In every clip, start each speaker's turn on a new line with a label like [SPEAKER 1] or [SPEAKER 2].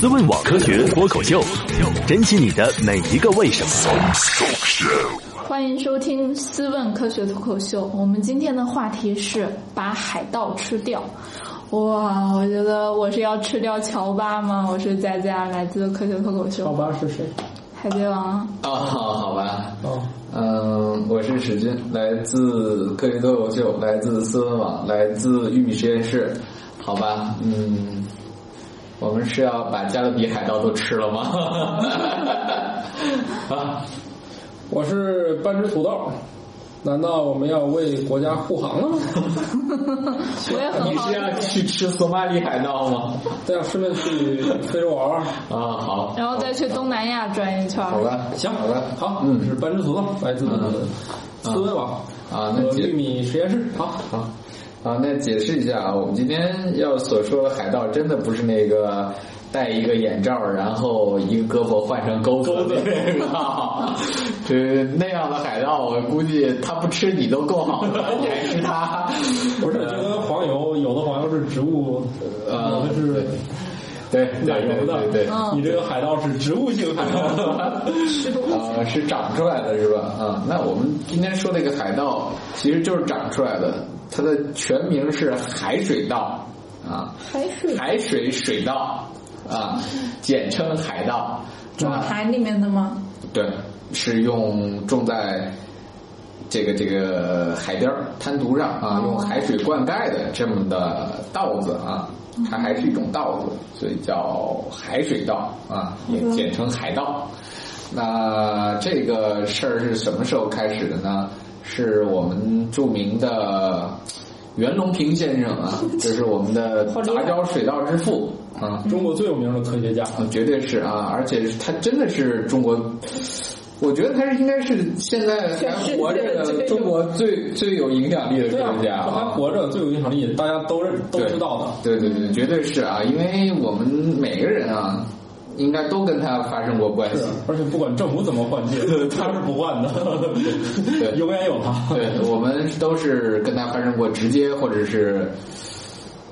[SPEAKER 1] 思问网科学脱口秀，珍惜你的每一个为什么。
[SPEAKER 2] 欢迎收听《思问科学脱口秀》，我们今天的话题是把海盗吃掉。哇，我觉得我是要吃掉乔巴吗？我是佳佳，来自科学脱口秀。
[SPEAKER 3] 乔巴是谁？
[SPEAKER 2] 海贼王。
[SPEAKER 4] 哦，好好吧。
[SPEAKER 3] 哦，
[SPEAKER 4] 嗯，我是史军，来自科学脱口秀，来自思问网，来自玉米实验室。好吧，嗯，我们是要把加勒比海盗都吃了 吗？啊，
[SPEAKER 3] 我是半只土豆。难道我们要为国家护航了吗？
[SPEAKER 2] 我也很
[SPEAKER 4] 你
[SPEAKER 2] 好
[SPEAKER 4] 是要去吃索马里海盗吗？
[SPEAKER 3] 对啊，顺便去非洲玩玩。
[SPEAKER 4] 啊，好，
[SPEAKER 2] 然后再去东南亚转一圈。
[SPEAKER 4] 好吧，
[SPEAKER 3] 行，
[SPEAKER 4] 好吧，
[SPEAKER 3] 好，
[SPEAKER 4] 嗯
[SPEAKER 3] 我是半只土豆，来自
[SPEAKER 4] 嗯
[SPEAKER 3] 思维网
[SPEAKER 4] 啊，那
[SPEAKER 3] 和
[SPEAKER 4] 解
[SPEAKER 3] 玉米实验室。好，
[SPEAKER 4] 好，啊，那解释一下啊，我们今天要所说的海盗，真的不是那个戴一个眼罩，然后一个胳膊换成钩子的那个啊， 就是那样的海盗，我估计他不吃你都够好了，你还吃他？
[SPEAKER 3] 不是，就跟黄油，有的黄油是植物，
[SPEAKER 4] 呃
[SPEAKER 3] 有的是
[SPEAKER 4] 对对
[SPEAKER 3] 奶油的。
[SPEAKER 4] 对对对，啊、
[SPEAKER 2] 嗯
[SPEAKER 3] 你这个海盗是植物性海盗。
[SPEAKER 4] 呃是长出来的是吧？啊，那我们今天说那个海盗，其实就是长出来的，它的全名是海水盗啊。
[SPEAKER 2] 海水
[SPEAKER 4] 海水水盗啊，简称海盗。啊，
[SPEAKER 2] 海里面的吗？
[SPEAKER 4] 对，是用种在这个这个海边儿滩涂上啊，用海水灌溉的这么的稻子啊，它还是一种稻子，所以叫海水稻啊，也简称海盗。那这个事儿是什么时候开始的呢？是我们著名的袁隆平先生啊，就是我们的杂交水稻之父啊，
[SPEAKER 3] 中国最有名的科学家，
[SPEAKER 4] 啊，绝对是啊，而且他真的是中国，我觉得他是应该是现在还活着的中国最最有影响力的
[SPEAKER 3] 对啊
[SPEAKER 4] 科学家，
[SPEAKER 3] 他还
[SPEAKER 4] 啊。
[SPEAKER 3] 活着，最有影响力，大家都认都知道的。
[SPEAKER 4] 对对对，绝对是啊，因为我们每个人啊，应该都跟他发生过关系
[SPEAKER 3] 是。，啊而且不管政府怎么换届， 他是不换的，
[SPEAKER 4] 对
[SPEAKER 3] 永远有他。
[SPEAKER 4] 对，我们都是跟他发生过直接或者是。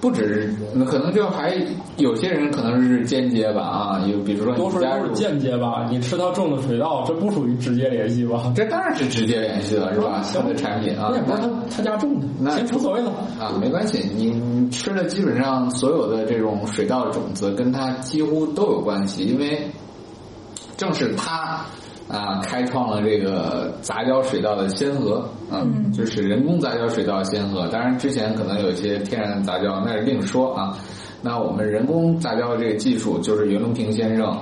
[SPEAKER 4] 不只是，可能就还有些人可能是间接吧啊，有比如说
[SPEAKER 3] 多数
[SPEAKER 4] 你加
[SPEAKER 3] 都
[SPEAKER 4] 入
[SPEAKER 3] 是间接吧，你吃他种的水稻，这不属于直接联系吧？
[SPEAKER 4] 这当然是直接联系了，是吧？它的产品啊
[SPEAKER 3] 那，也不是他他家种的，
[SPEAKER 4] 那
[SPEAKER 3] 其实无所谓了。
[SPEAKER 4] 啊，没关系，你吃的基本上所有的这种水稻种子跟它几乎都有关系，因为正是它啊开创了这个杂交水稻的先河，啊、
[SPEAKER 2] 嗯
[SPEAKER 4] 就是人工杂交水稻先河。当然之前可能有一些天然杂交，那是另说啊。那我们人工杂交这个技术，就是袁隆平先生。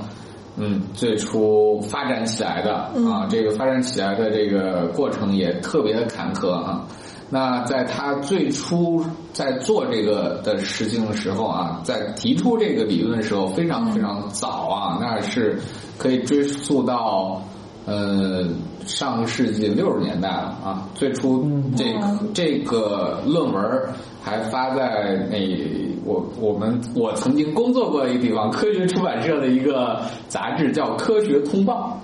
[SPEAKER 4] 嗯，最初发展起来的啊，这个发展起来的这个过程也特别的坎坷啊。那在他最初在做这个的事情的时候啊，在提出这个理论的时候，非常非常早啊，那是可以追溯到呃上个世纪六十年代了啊。最初这个、这个论文儿还发在那我我们我曾经工作过一个地方，科学出版社的一个杂志叫《科学通报》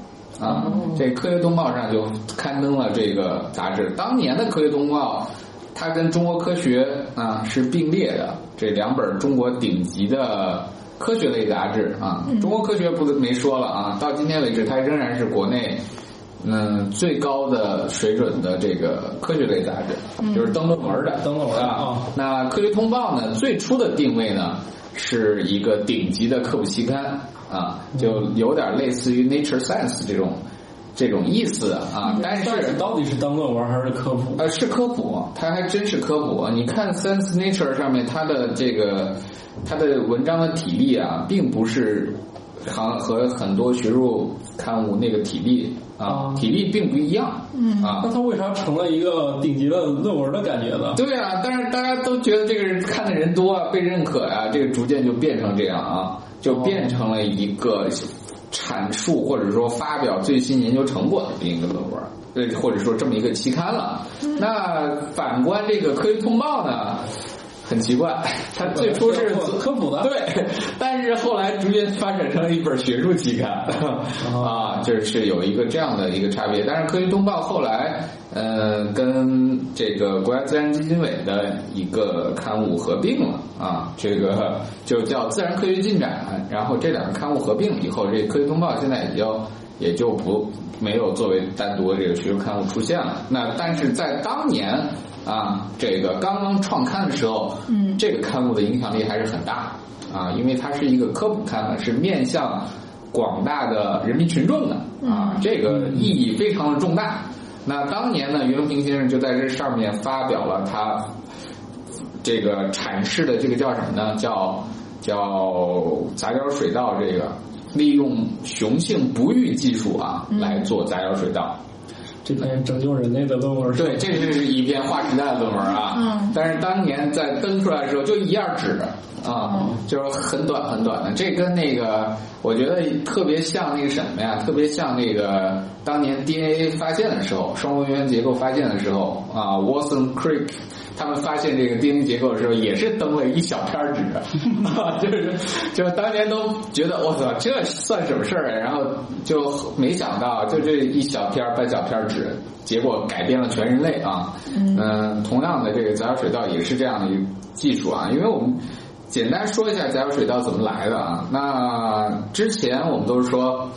[SPEAKER 4] 啊，这《科学通报》上就刊登了这个杂志。当年的《科学通报》，它跟《中国科学》啊是并列的，这两本中国顶级的科学类杂志啊。中国科学不没说了啊，到今天为止，它仍然是国内。嗯，最高的水准的这个科学类杂志，就是登论文的，
[SPEAKER 3] 登论文的啊
[SPEAKER 4] 啊，那《科学通报》呢，最初的定位呢是一个顶级的科普期刊啊，就有点类似于《Nature Science》这种这种意思啊，但是。
[SPEAKER 3] 到底是当论文还是科普？
[SPEAKER 4] 呃，是科普，它还真是科普。啊你看《Science Nature》上面它的这个它的文章的体力啊，并不是行和很多学术刊物那个体力啊
[SPEAKER 3] 啊，
[SPEAKER 4] 体力并不一样。嗯啊，
[SPEAKER 3] 那他为啥成了一个顶级的论文的感觉呢？
[SPEAKER 4] 对啊，但是大家都觉得这个人看的人多啊，被认可啊，这个逐渐就变成这样啊，就变成了一个阐述或者说发表最新研究成果的这么一个论文，对，或者说这么一个期刊了。那反观这个《科学通报》呢，很奇怪，它最初 是
[SPEAKER 3] 做科普的，
[SPEAKER 4] 对，但是后来逐渐发展成了一本学术 期刊啊，这是有一个这样的一个差别。但是《科学通报》后来呃，跟这个国家自然基金委的一个刊物合并了啊，这个就叫《自然科学进展》。然后这两个刊物合并以后，这《科学通报》现在也就也就不没有作为单独的这个学术刊物出现了。那但是在当年啊，这个刚刚创刊的时候，
[SPEAKER 2] 嗯
[SPEAKER 4] 这个刊物的影响力还是很大啊，因为它是一个科普刊嘛，是面向广大的人民群众的啊，这个意义非常的重大。那当年呢，袁隆平先生就在这上面发表了他这个阐释的这个叫什么呢？叫叫杂交水稻这个。利用雄性不育技术啊，来做杂交水稻，
[SPEAKER 3] 这篇拯救人类的论文是
[SPEAKER 4] 对，这是一篇划时代的论文啊。
[SPEAKER 2] 嗯
[SPEAKER 4] 但是当年在登出来的时候，就一页纸啊，就是很短很短的。这跟那个，我觉得特别像那个什么呀？特别像那个当年 DNA 发现的时候，双螺旋结构发现的时候啊，Watson Crick。他们发现这个 DNA 结构的时候，也是登了一小片纸，啊就是就是当年都觉得我操，这算什么事儿啊？然后就没想到，就这一小片儿半小片儿纸，结果改变了全人类啊。嗯、同样的，这个杂交水稻也是这样的一个技术啊，因为我们。简单说一下杂交水稻怎么来的啊？那之前我们都是说，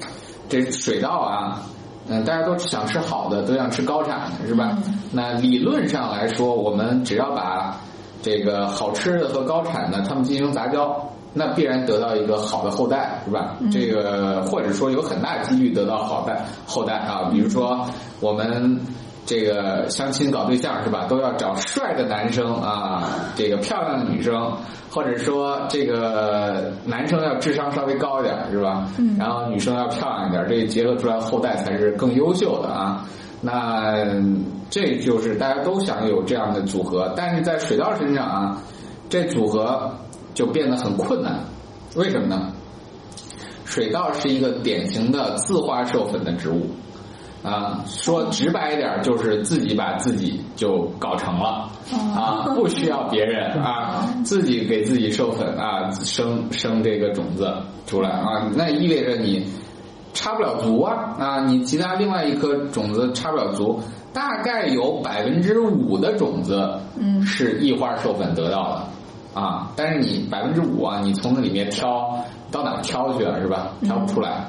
[SPEAKER 4] 这水稻啊，嗯，大家都想吃好的，都想吃高产的，是吧？那理论上来说，我们只要把这个好吃的和高产的，他们进行杂交，那必然得到一个好的后代，是吧？这个或者说有很大几率得到好代后代啊，比如说我们。这个相亲搞对象是吧，都要找帅的男生啊，这个漂亮的女生，或者说这个男生要智商稍微高一点是吧？嗯，然后女生要漂亮一点，这结合出来后代才是更优秀的啊。那这就是大家都想有这样的组合，但是在水稻身上啊，这组合就变得很困难，为什么呢？水稻是一个典型的自花授粉的植物，啊，说直白一点儿就是自己把自己就搞成了，啊，不需要别人啊，自己给自己授粉啊，生生这个种子出来啊，那意味着你插不了足啊，啊，你其他另外一颗种子插不了足，大概有百分之五的种子，
[SPEAKER 2] 嗯
[SPEAKER 4] 是异花授粉得到的啊，但是你百分之五啊，你从那里面挑到哪儿挑去啊，是吧？挑不出来。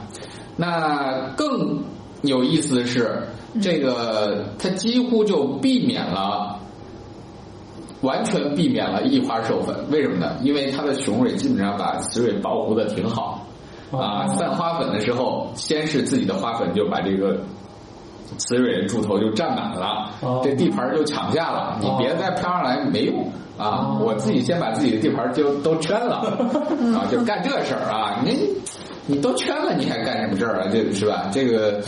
[SPEAKER 4] 那更有意思的是，这个它几乎就避免了。完全避免了异花授粉，为什么呢？因为它的雄蕊基本上把雌蕊保护的挺好，啊，散花粉的时候，先是自己的花粉就把这个雌蕊柱头就占满了，
[SPEAKER 3] 哦
[SPEAKER 4] 这地盘儿就抢下了。你别再飘上来没用啊！我自己先把自己的地盘儿就都圈了啊，就干这事儿啊！你你都圈了，你还干什么事儿啊？这是吧？这个。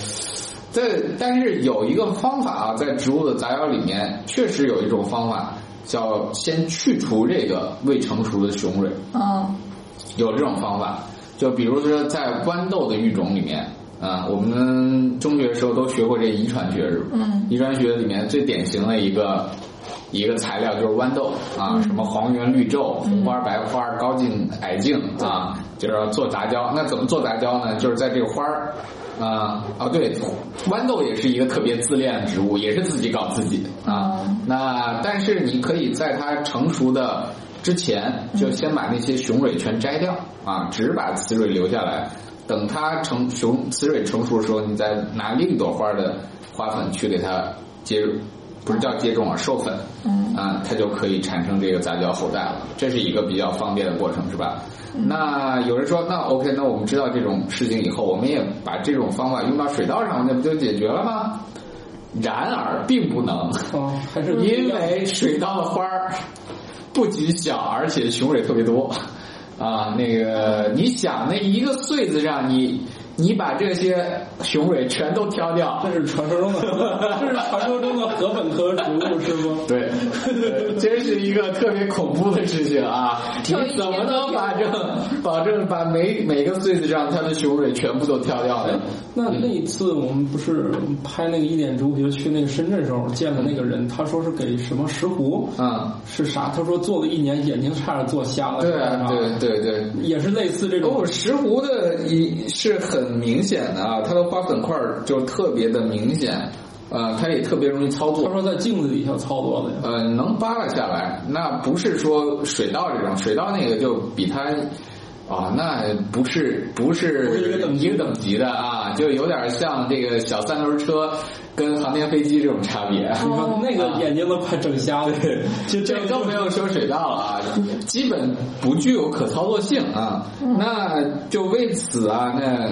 [SPEAKER 4] 这但是有一个方法啊，在植物的杂交里面，确实有一种方法叫先去除这个未成熟的雄蕊。
[SPEAKER 2] 嗯
[SPEAKER 4] 有这种方法，就比如说在豌豆的育种里面，啊，我们中学的时候都学过这遗传学，是吧？
[SPEAKER 2] 嗯
[SPEAKER 4] 遗传学里面最典型的一个一个材料就是豌豆啊，
[SPEAKER 2] 嗯
[SPEAKER 4] 什么黄圆绿皱、红花白花、高茎矮茎啊，就是要做杂交。那怎么做杂交呢？就是在这个花儿。啊哦对，豌豆也是一个特别自恋的植物，也是自己搞自己啊。
[SPEAKER 2] 哦
[SPEAKER 4] 那但是你可以在它成熟的之前，就先把那些雄蕊全摘掉啊，只把雌蕊留下来。等它成雄雌蕊成熟的时候，你再拿另一朵花的花粉去给它接，不是叫接种啊，授粉。
[SPEAKER 2] 嗯
[SPEAKER 4] 啊，它就可以产生这个杂交后代了。这是一个比较方便的过程，是吧？那有人说，那 OK，那我们知道这种事情以后，我们也把这种方法用到水稻上，那不就解决了吗？然而并不能，
[SPEAKER 3] 啊，还是
[SPEAKER 4] 哦 因为水稻的花儿不仅小，而且雄蕊特别多啊。那个，你想那一个穗子上，你你把这些雄蕊全都挑掉
[SPEAKER 3] 这，是传说中的，这是传说中的禾本科植物是吗？
[SPEAKER 4] 对， 真是一个特别恐怖的事情啊！你怎么能保证 保证把每每个穗子上它的雄蕊全部都挑掉呢？
[SPEAKER 3] 那
[SPEAKER 4] 嗯
[SPEAKER 3] 那一次我们不是拍那个一点主角去那个深圳时候见的那个人，他说是给什么石斛
[SPEAKER 4] 嗯，
[SPEAKER 3] 是啥？他说做了一年眼睛差点做瞎了。
[SPEAKER 4] 对
[SPEAKER 3] 是
[SPEAKER 4] 啊
[SPEAKER 3] 吧，
[SPEAKER 4] 对对对。
[SPEAKER 3] 也是类似这种
[SPEAKER 4] 哦，石斛的一是很明显的啊，它的花粉块儿就特别的明显。呃，它也特别容易操
[SPEAKER 3] 他
[SPEAKER 4] 作，
[SPEAKER 3] 说在镜子底下操作的呀。
[SPEAKER 4] 呃，能扒拉下来。那不是说水稻这种，水稻那个就比它啊，那不是不
[SPEAKER 3] 不是
[SPEAKER 4] 是
[SPEAKER 3] 一个等级
[SPEAKER 4] 一个等级的啊，就有点像这个小三轮车跟航天飞机这种差别。
[SPEAKER 3] 你看那
[SPEAKER 4] 啊
[SPEAKER 3] 个眼睛都快整瞎了，就
[SPEAKER 4] 这
[SPEAKER 3] 这个
[SPEAKER 4] 更不
[SPEAKER 3] 就
[SPEAKER 4] 用说水稻了啊，基本不具有可操作性啊。那就为此啊，那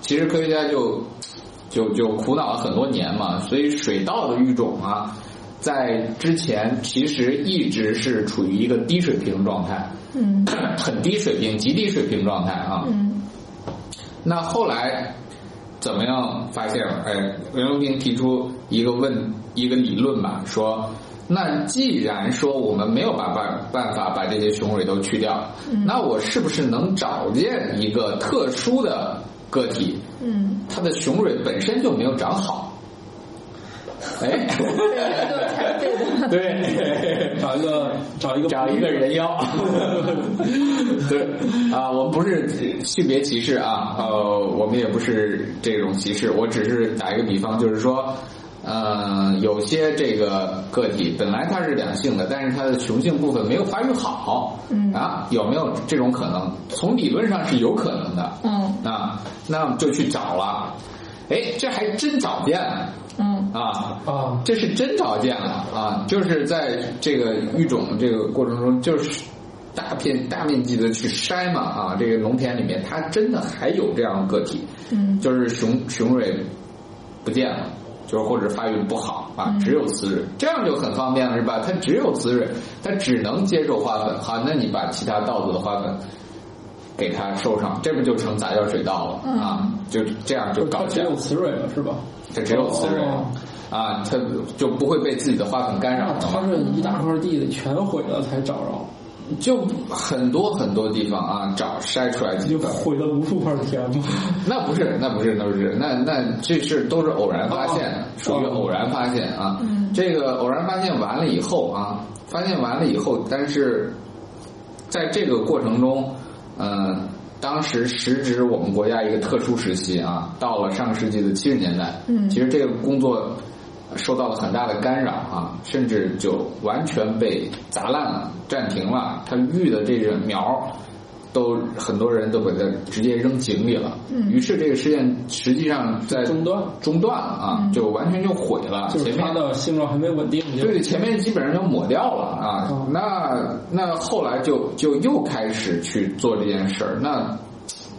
[SPEAKER 4] 其实科学家就就就苦恼了很多年嘛。所以水稻的育种啊，在之前其实一直是处于一个低水平状态，
[SPEAKER 2] 嗯
[SPEAKER 4] 很低水平，极低水平状态啊。
[SPEAKER 2] 嗯
[SPEAKER 4] 那后来怎么样发现？哎，袁隆平提出一个问一个理论吧，说那既然说我们没有办法办法把这些雄蕊都去掉，那我是不是能找见一个特殊的个体，
[SPEAKER 2] 嗯，
[SPEAKER 4] 它的雄蕊本身就没有长好？哎，对。
[SPEAKER 3] 找一个找一个
[SPEAKER 4] 找一个人妖，对啊，我们不是性别歧视啊，呃，我们也不是这种歧视，我只是打一个比方，就是说，呃，有些这个个体本来它是两性的，但是它的雄性部分没有发育好，
[SPEAKER 2] 嗯
[SPEAKER 4] 啊，有没有这种可能？从理论上是有可能的，
[SPEAKER 2] 嗯
[SPEAKER 4] 啊，那我们就去找了，哎，这还真找见了
[SPEAKER 2] 嗯
[SPEAKER 4] 啊，
[SPEAKER 3] 啊，
[SPEAKER 4] 这是真找见了啊！就是在这个育种这个过程中，就是大片大面积的去筛嘛啊，这个农田里面，它真的还有这样的个体，
[SPEAKER 2] 嗯
[SPEAKER 4] 就是雄雄蕊不见了，就是或者发育不好啊，只有雌蕊，这样就很方便了，是吧？它只有雌蕊，它只能接受花粉。好，那你把其他稻子的花粉给它收上，这不就成杂交水稻了、啊？就这样就搞
[SPEAKER 3] 只
[SPEAKER 4] 起来
[SPEAKER 3] 有
[SPEAKER 4] 了。
[SPEAKER 3] 雌蕊了是吧？
[SPEAKER 4] 它只有雌蕊
[SPEAKER 3] 哦
[SPEAKER 4] 啊，它就不会被自己的花粉干扰
[SPEAKER 3] 那
[SPEAKER 4] 了
[SPEAKER 3] 他
[SPEAKER 4] 嘛。
[SPEAKER 3] 是一大块地里全毁了才找着，
[SPEAKER 4] 就很多很多地方啊，找筛出来几
[SPEAKER 3] 就
[SPEAKER 4] 个，
[SPEAKER 3] 毁了无数块田嘛。
[SPEAKER 4] 那不是，那不是，那不是，那那这事都是偶然发现的
[SPEAKER 3] 哦，嗯
[SPEAKER 4] 属于偶然发现啊。这个偶然发现完了以后啊，发现完了以后，但是在这个过程中，嗯，当时时值我们国家一个特殊时期啊，到了上世纪的七十年代，
[SPEAKER 2] 嗯
[SPEAKER 4] 其实这个工作受到了很大的干扰啊，甚至就完全被砸烂了、暂停了，它育的这个苗儿都很多人都把它直接扔井里了，
[SPEAKER 2] 嗯
[SPEAKER 4] 于是这个事件实际上在
[SPEAKER 3] 中断嗯
[SPEAKER 4] 中断了啊，就完全就毁了，
[SPEAKER 3] 就是
[SPEAKER 4] 啊前面
[SPEAKER 3] 它的性状还没稳定，就
[SPEAKER 4] 对，前面基本上就抹掉了啊。
[SPEAKER 3] 嗯
[SPEAKER 4] 那那后来就就又开始去做这件事儿，那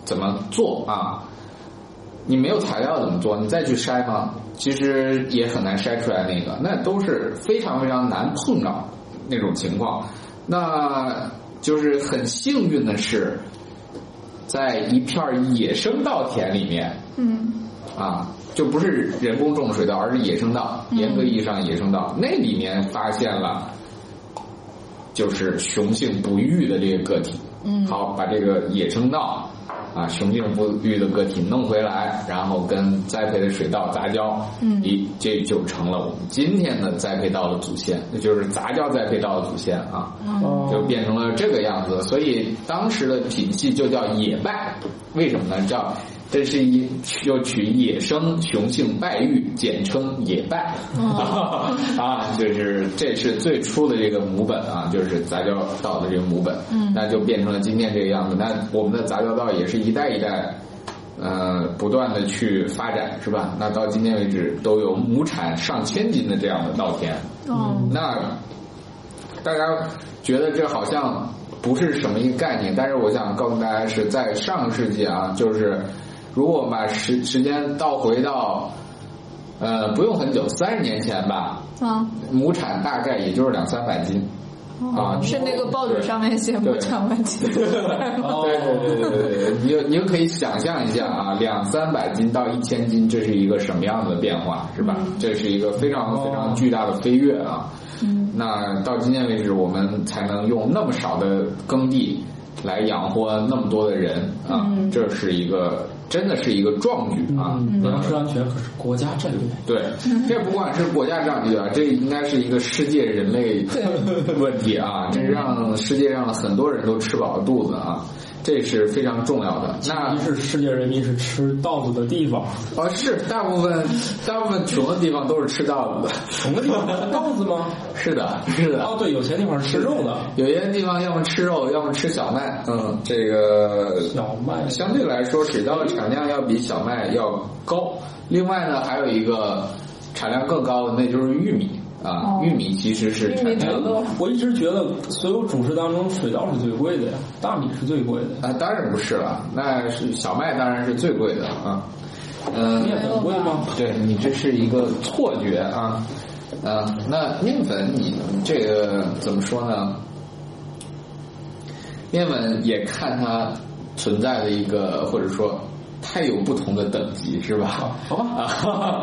[SPEAKER 4] 怎么做啊？你没有材料怎么做？你再去筛吗？其实也很难筛出来那个，那都是非常非常难碰到那种情况。那就是很幸运的是，在一片儿野生稻田里面，
[SPEAKER 2] 嗯
[SPEAKER 4] 啊，就不是人工种水稻，而是野生稻，
[SPEAKER 2] 嗯
[SPEAKER 4] 严格意义上野生稻。那里面发现了，就是雄性不育的这个个体。
[SPEAKER 2] 嗯
[SPEAKER 4] 好，把这个野生稻啊，雄性不育的个体弄回来，然后跟栽培的水稻杂交，
[SPEAKER 2] 嗯
[SPEAKER 4] 一这就成了我们今天的栽培稻的祖先，那就是杂交栽培稻的祖先啊。就
[SPEAKER 3] 哦，
[SPEAKER 4] 变成了这个样子。所以当时的品系就叫野败，为什么呢？叫这是一又取野生雄性败育，简称野败、 啊，就是这是最初的这个母本啊，就是杂交稻的这个母本，
[SPEAKER 2] 嗯
[SPEAKER 4] 那就变成了今天这个样子。那我们的杂交稻也是一代一代。呃，不断的去发展是吧？那到今天为止，都有亩产上千斤的这样的稻田，
[SPEAKER 2] 哦
[SPEAKER 4] 那大家觉得这好像不是什么一个概念，但是我想告诉大家是在上个世纪啊，就是如果我们把时时间倒回到呃不用很久，三十年前吧，
[SPEAKER 2] 啊
[SPEAKER 4] 亩产大概也就是两三百斤啊，
[SPEAKER 2] 是那个报纸上面写
[SPEAKER 4] 对
[SPEAKER 2] 牧场问题，
[SPEAKER 3] 哦
[SPEAKER 4] 对对对对对对，呃你 就你就可以想象一下啊，两三百斤到一千斤，这是一个什么样子的变化，是吧？这是一个非常非常巨大的飞跃啊！
[SPEAKER 2] 嗯
[SPEAKER 4] 那到今天为止，我们才能用那么少的耕地来养活那么多的人啊，
[SPEAKER 2] 嗯
[SPEAKER 4] 这是一个真的是一个壮举啊！
[SPEAKER 3] 嗯，粮食安全可是国家战略。
[SPEAKER 4] 对，这不管是国家战略啊，这应该是一个世界人类
[SPEAKER 2] 对
[SPEAKER 4] 问题啊，这让世界上很多人都吃饱了肚子啊。这是非常重要的。那
[SPEAKER 3] 一是世界人民是吃稻子的地方，
[SPEAKER 4] 啊、是大部分大部分穷的地方都是吃稻子的，
[SPEAKER 3] 穷的地方是稻子吗？
[SPEAKER 4] 是 的，是的。
[SPEAKER 3] 哦，对，有些地方是吃肉的，
[SPEAKER 4] 有些地方要么吃肉，要么吃小麦。嗯，这个
[SPEAKER 3] 小麦。
[SPEAKER 4] 相对来说，水稻的产量要比小麦要高。另外呢，还有一个产量更高的，那就是玉米啊。
[SPEAKER 2] 哦
[SPEAKER 4] 玉米其实是
[SPEAKER 2] 玉
[SPEAKER 4] 产
[SPEAKER 2] 米
[SPEAKER 4] 量
[SPEAKER 2] 长得
[SPEAKER 3] 我一直觉得所有主食当中，水稻是最贵的呀，大米是最贵的，
[SPEAKER 4] 啊，当然不是了，那是小麦当然是最贵的啊。嗯、
[SPEAKER 3] 面粉贵吗？
[SPEAKER 4] 对你这是一个错觉啊，啊，那面粉你这个怎么说呢？面粉也看它存在的一个，或者说它有不同的等级，是吧？
[SPEAKER 3] 好吧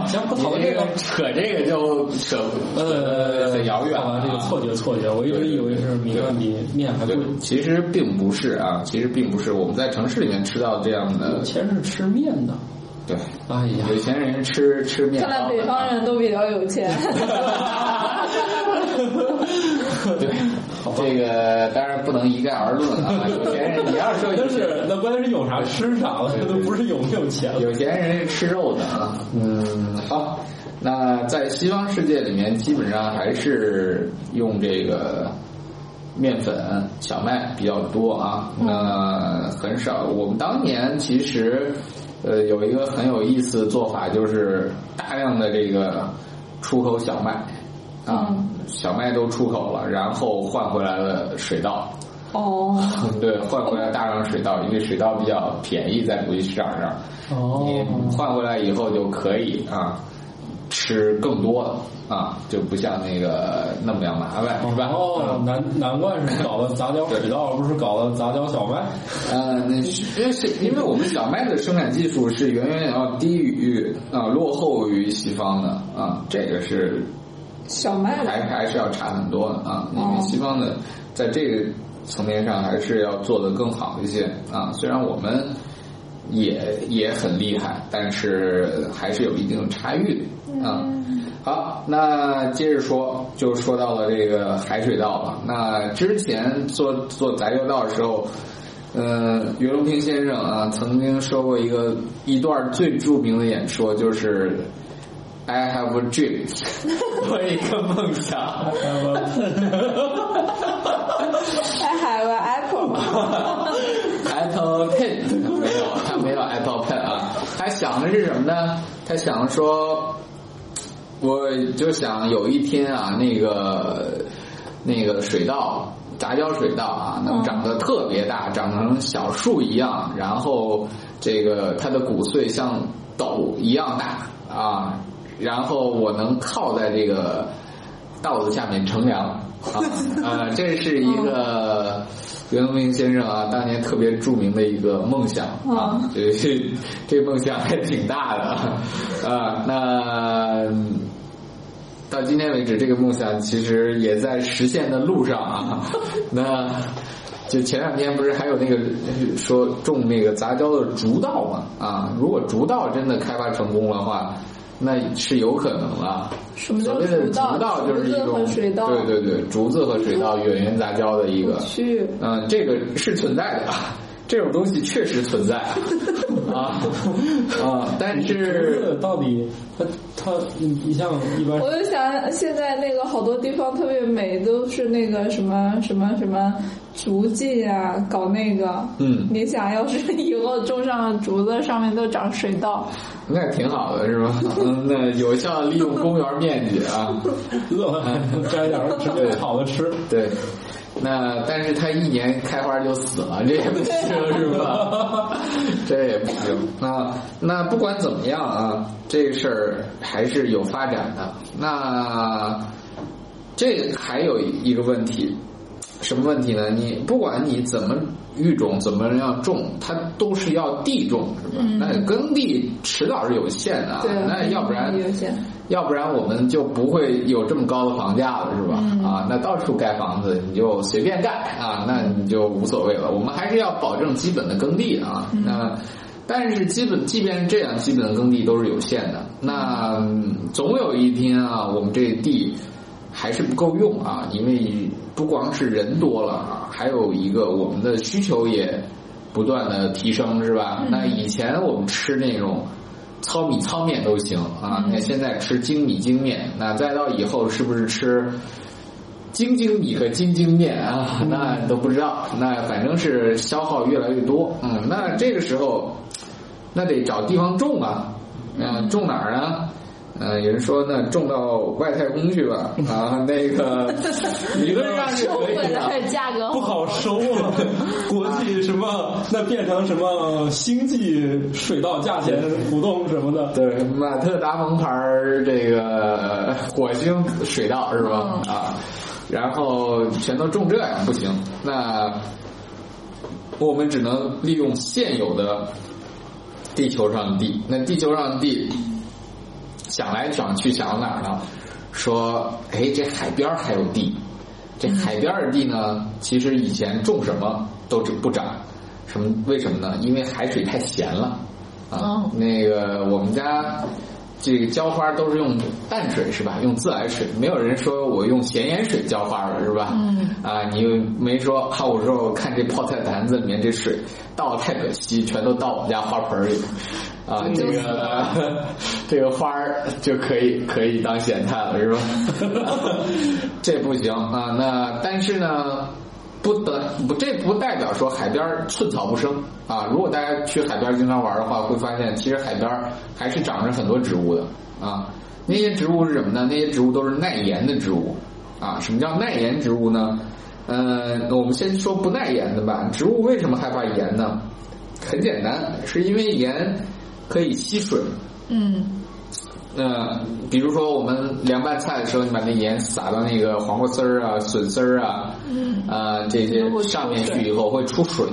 [SPEAKER 4] 啊，
[SPEAKER 3] 行不讨论
[SPEAKER 4] 你
[SPEAKER 3] 这
[SPEAKER 4] 这
[SPEAKER 3] 个
[SPEAKER 4] 扯这个就扯
[SPEAKER 3] 呃，
[SPEAKER 4] 很遥远
[SPEAKER 3] 好吧
[SPEAKER 4] 了，啊
[SPEAKER 3] 这个错觉错觉，我一直以为是米饭比面还贵
[SPEAKER 4] 对，，其实并不是啊，其实并不是，我们在城市里面吃到这样的
[SPEAKER 3] 以，前是吃面的。
[SPEAKER 4] 对，
[SPEAKER 3] 哎呀，
[SPEAKER 4] 有钱人吃吃面包
[SPEAKER 2] 看
[SPEAKER 4] 的啊，
[SPEAKER 2] 来北方人都比较有钱。
[SPEAKER 4] 对， 这个当然不能一概而论啊。有钱人，你要是说有
[SPEAKER 3] 那
[SPEAKER 4] 钱
[SPEAKER 3] 是那关键是有啥吃啥了，那都不是有没有钱了。
[SPEAKER 4] 有钱人是吃肉的啊，嗯，好，那在西方世界里面，基本上还是用这个面粉、小麦比较多啊，那很少。我们当年其实呃有一个很有意思的做法，就是大量的这个出口小麦啊，小麦都出口了，然后换回来了水稻。
[SPEAKER 2] 哦，
[SPEAKER 4] 对，换回来大量水稻，因为水稻比较便宜，在国际市场上，
[SPEAKER 3] 哦
[SPEAKER 4] 你换回来以后就可以啊，吃更多了啊，就不像那个那么样麻烦，是吧？
[SPEAKER 3] 哦，难难怪是搞了杂交水稻，不是搞了杂交小麦。
[SPEAKER 4] 呃，那是因为是因为我们小麦的生产技术是远远要低于啊、落后于西方的啊，这个是
[SPEAKER 2] 小麦
[SPEAKER 4] 还还是要差很多的啊，因为西方的在这个层面上还是要做得更好一些啊。虽然我们也也很厉害，但是还是有一定的差距的啊。好，那接着说，就说到了这个海水稻了。那之前做做杂交稻的时候。呃，袁隆平先生啊，曾经说过一个一段最著名的演说，就是 "I have a dream"，我有一个梦想。哎
[SPEAKER 2] 还海外 Apple，
[SPEAKER 4] Apple Pen 没有，他没有 Apple Pen 啊，他想的是什么呢？他想的说，我就想有一天啊，那个那个水稻杂交水稻啊，能长得特别大，长成小树一样，然后这个它的谷穗像斗一样大啊，然后我能靠在这个稻子下面乘凉啊，呃，这是一个袁隆平先生啊，当年特别著名的一个梦想啊，这这这梦想还挺大的啊，呃那。到今天为止，这个梦想其实也在实现的路上啊。那就前两天不是还有那个说种那个杂交的竹稻嘛？啊，如果竹稻真的开发成功的话，那是有可能啊了。
[SPEAKER 2] 什么叫
[SPEAKER 4] 所谓的
[SPEAKER 2] 竹稻
[SPEAKER 4] 竹稻就是一
[SPEAKER 2] 竹子和
[SPEAKER 4] 种
[SPEAKER 2] 水嗯稻
[SPEAKER 4] 对对对，竹子和水稻远缘杂交的一个。
[SPEAKER 2] 去
[SPEAKER 4] 嗯，这个是存在的，啊这种东西确实存在 啊啊！但是
[SPEAKER 3] 到底它它你你像一般
[SPEAKER 2] 我就想，现在那个好多地方特别美，都是那个什么什么什么竹径啊，搞那个。
[SPEAKER 4] 嗯
[SPEAKER 2] 你想要是 以后种上了竹子，上面都长水稻，
[SPEAKER 4] 那挺好的是吧？嗯，那有效利用公园面积啊，
[SPEAKER 3] 饿了摘点儿直接炒了吃，
[SPEAKER 4] 对。那但是它一年开花就死了，这也不行是吧？这也不行啊。那不管怎么样啊，这事儿还是有发展的。那这个还有一个问题，什么问题呢？你不管你怎么育种，怎么样种，它都是要地种，是吧？那耕地迟早是有限的啊，
[SPEAKER 2] 对，
[SPEAKER 4] 那要不然
[SPEAKER 2] 有些
[SPEAKER 4] 要不然我们就不会有这么高的房价了，是吧？啊，那到处盖房子你就随便盖啊，那你就无所谓了。我们还是要保证基本的耕地啊。那但是基本，即便是这样，基本的耕地都是有限的。那、嗯总有一天啊，我们这地还是不够用啊，因为不光是人多了啊，还有一个我们的需求也。不断的提升，是吧？那以前我们吃那种。糙米糙面都行啊，那现在吃精米精面，那再到以后是不是吃精精米和精精面啊？那都不知道，那反正是消耗越来越多。嗯，那这个时候，那得找地方种啊，嗯、种哪儿啊？呃，有人说那种到外太空去吧，啊，那个理论上是
[SPEAKER 2] 收
[SPEAKER 4] 可
[SPEAKER 2] 回
[SPEAKER 4] 以啊的，
[SPEAKER 2] 来的价格
[SPEAKER 3] 不好收啊！国际什么那变成什么星际水稻价钱浮动什么的，
[SPEAKER 4] 对，马特达蒙牌儿这个火星水稻是吧？啊，然后全都种这样不行，那我们只能利用现有的地球上的地。那地球上的地想来想去想到哪儿呢？说，哎，这海边儿还有地，这海边儿的地呢，其实以前种什么都不长，什么为什么呢？因为海水太咸了啊。
[SPEAKER 2] 哦
[SPEAKER 4] 那个我们家这个浇花都是用淡水是吧？用自来水，没有人说我用咸盐水浇花了是吧？
[SPEAKER 2] 嗯。
[SPEAKER 4] 啊，你又没说，哈，我说我看这泡菜坛子里面这水倒得太可惜，全都倒我们家花盆里。啊，这个 这个花儿就可以可以当咸菜了，是吧？ 这不行啊。那但是呢，不得不这不代表说海边儿寸草不生啊。如果大家去海边儿经常玩儿的话，会发现其实海边儿还是长着很多植物的啊。那些植物是什么呢？那些植物都是耐盐的植物啊。什么叫耐盐植物呢？呃，我们先说不耐盐的吧。植物为什么害怕盐呢？很简单，是因为盐可以吸水。
[SPEAKER 2] 嗯
[SPEAKER 4] 那比如说我们凉拌菜的时候，你把那盐撒到那个黄瓜丝儿啊、笋丝儿啊，
[SPEAKER 2] 嗯
[SPEAKER 4] 啊、这些上面去以后会出水，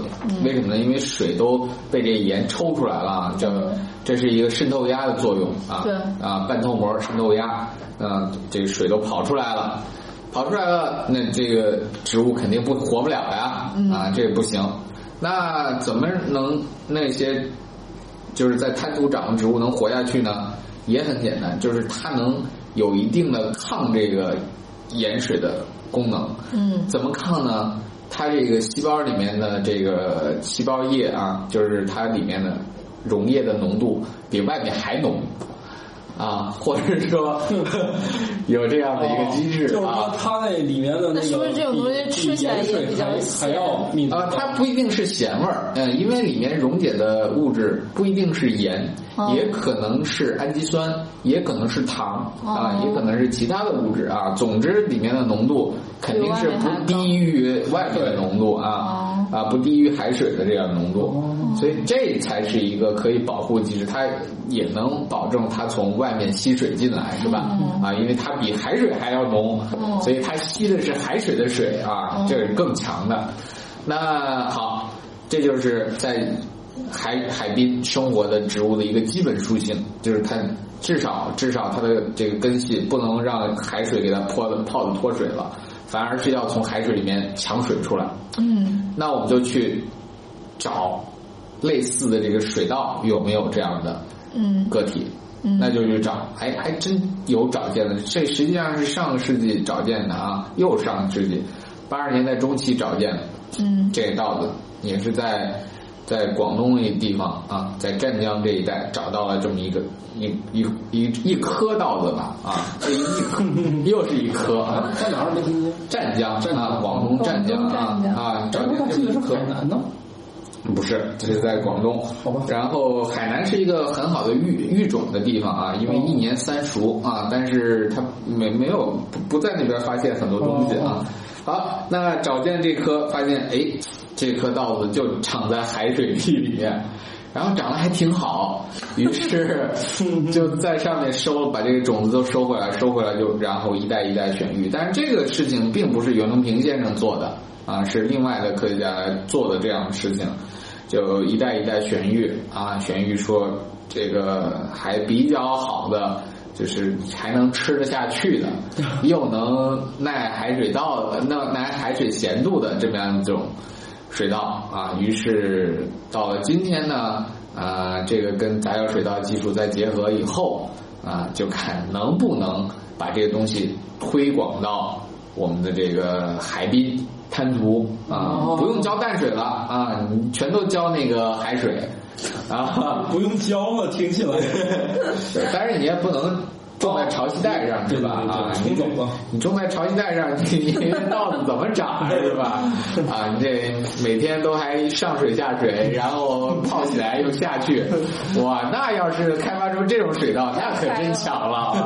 [SPEAKER 4] 为什么呢？因为水都被这盐抽出来了啊，这这是一个渗透压的作用啊，
[SPEAKER 2] 对
[SPEAKER 4] 啊，半透膜渗透压，啊、这个水都跑出来了。跑出来了，那这个植物肯定不活不了呀，
[SPEAKER 2] 嗯
[SPEAKER 4] 啊，这不行。那怎么能那些就是在滩涂长的植物能活下去呢？也很简单，就是它能有一定的抗这个盐水的功能。
[SPEAKER 2] 嗯
[SPEAKER 4] 怎么抗呢？它这个细胞里面的这个细胞液啊，就是它里面的溶液的浓度比外面还浓。啊，或者说 有这样的一个机制、
[SPEAKER 3] 嗯就是
[SPEAKER 4] 啊
[SPEAKER 3] 它，它那里面的那个
[SPEAKER 2] 那是不是这种东西
[SPEAKER 3] 比
[SPEAKER 2] 吃起来
[SPEAKER 3] 比盐水
[SPEAKER 2] 也比较
[SPEAKER 3] 还
[SPEAKER 2] 咸
[SPEAKER 3] 还要密
[SPEAKER 4] 啊，它不一定是咸味儿，嗯，因为里面溶解的物质不一定是盐，
[SPEAKER 2] 哦
[SPEAKER 4] 也可能是氨基酸，也可能是糖啊，
[SPEAKER 2] 哦
[SPEAKER 4] 也可能是其他的物质啊。总之，里面的浓度肯定是
[SPEAKER 2] 比外面
[SPEAKER 4] 不
[SPEAKER 2] 还高
[SPEAKER 4] 低于外面的浓度
[SPEAKER 2] 哦
[SPEAKER 4] 啊，啊，不低于海水的这样浓度，所以这才是一个可以保护机制，它也能保证它从外面吸水进来，是吧？啊，因为它比海水还要浓，
[SPEAKER 2] 嗯哦
[SPEAKER 4] 所以它吸的是海水的水啊
[SPEAKER 2] 哦，
[SPEAKER 4] 这是更强的。那好，这就是在海海滨生活的植物的一个基本属性，就是它至少至少它的这个根系不能让海水给它泼的泡的脱水了，反而是要从海水里面抢水出来。
[SPEAKER 2] 嗯
[SPEAKER 4] 那我们就去找类似的这个水稻有没有这样的
[SPEAKER 2] 嗯
[SPEAKER 4] 个体，
[SPEAKER 2] 嗯
[SPEAKER 4] 那就去找，哎，还真有找见的。这实际上是上个世纪找见的啊，又是上个世纪八十年代中期找见的
[SPEAKER 2] 嗯
[SPEAKER 4] 这个稻子，也是在在广东那地方啊，在湛江这一带找到了这么一个一一一一颗稻子吧啊，这一颗 又是一颗啊
[SPEAKER 3] 啊，，在哪儿没听见？
[SPEAKER 4] 湛江
[SPEAKER 3] 湛江
[SPEAKER 4] 啊，广东湛江
[SPEAKER 2] 广
[SPEAKER 4] 啊
[SPEAKER 2] 东湛江
[SPEAKER 4] 啊，找
[SPEAKER 3] 咱
[SPEAKER 4] 见
[SPEAKER 3] 们
[SPEAKER 4] 这
[SPEAKER 3] 记
[SPEAKER 4] 么
[SPEAKER 3] 得
[SPEAKER 4] 一
[SPEAKER 3] 是
[SPEAKER 4] 颗
[SPEAKER 3] 海。南呢，
[SPEAKER 4] 不是，这是在广东。
[SPEAKER 3] 好吧
[SPEAKER 4] 然后海南是一个很好的育育种的地方啊，因为一年三熟啊，但是它没没有不不在那边发现很多东西啊。好，那找见这棵，发现哎，这棵稻子就长在海水地里面。然后长得还挺好，于是就在上面收，把这个种子都收回来，收回来就然后一代一代选育。但是这个事情并不是袁隆平先生做的啊，是另外的科学家做的这样的事情，就一代一代选育啊，选育说这个还比较好的。就是还能吃得下去的，又能耐海水稻的，那耐海水咸度的这么样一种水稻啊。于是到了今天呢，啊，这个跟杂交水稻技术再结合以后，啊，就看能不能把这个东西推广到我们的这个海滨滩涂啊，
[SPEAKER 3] 哦
[SPEAKER 4] 不用浇淡水了啊，你全都浇那个海水啊。
[SPEAKER 3] 不用教了，听起来
[SPEAKER 4] 对，但是你也不能种在潮汐带上，是吧？啊，
[SPEAKER 3] 对对对冲走了
[SPEAKER 4] 你种在潮汐带上， 你你那稻子怎么长，是吧？ 啊，你这每天都还上水下水，然后泡起来又下 去，哇，那要是开发出这种水稻，那可真强了啊！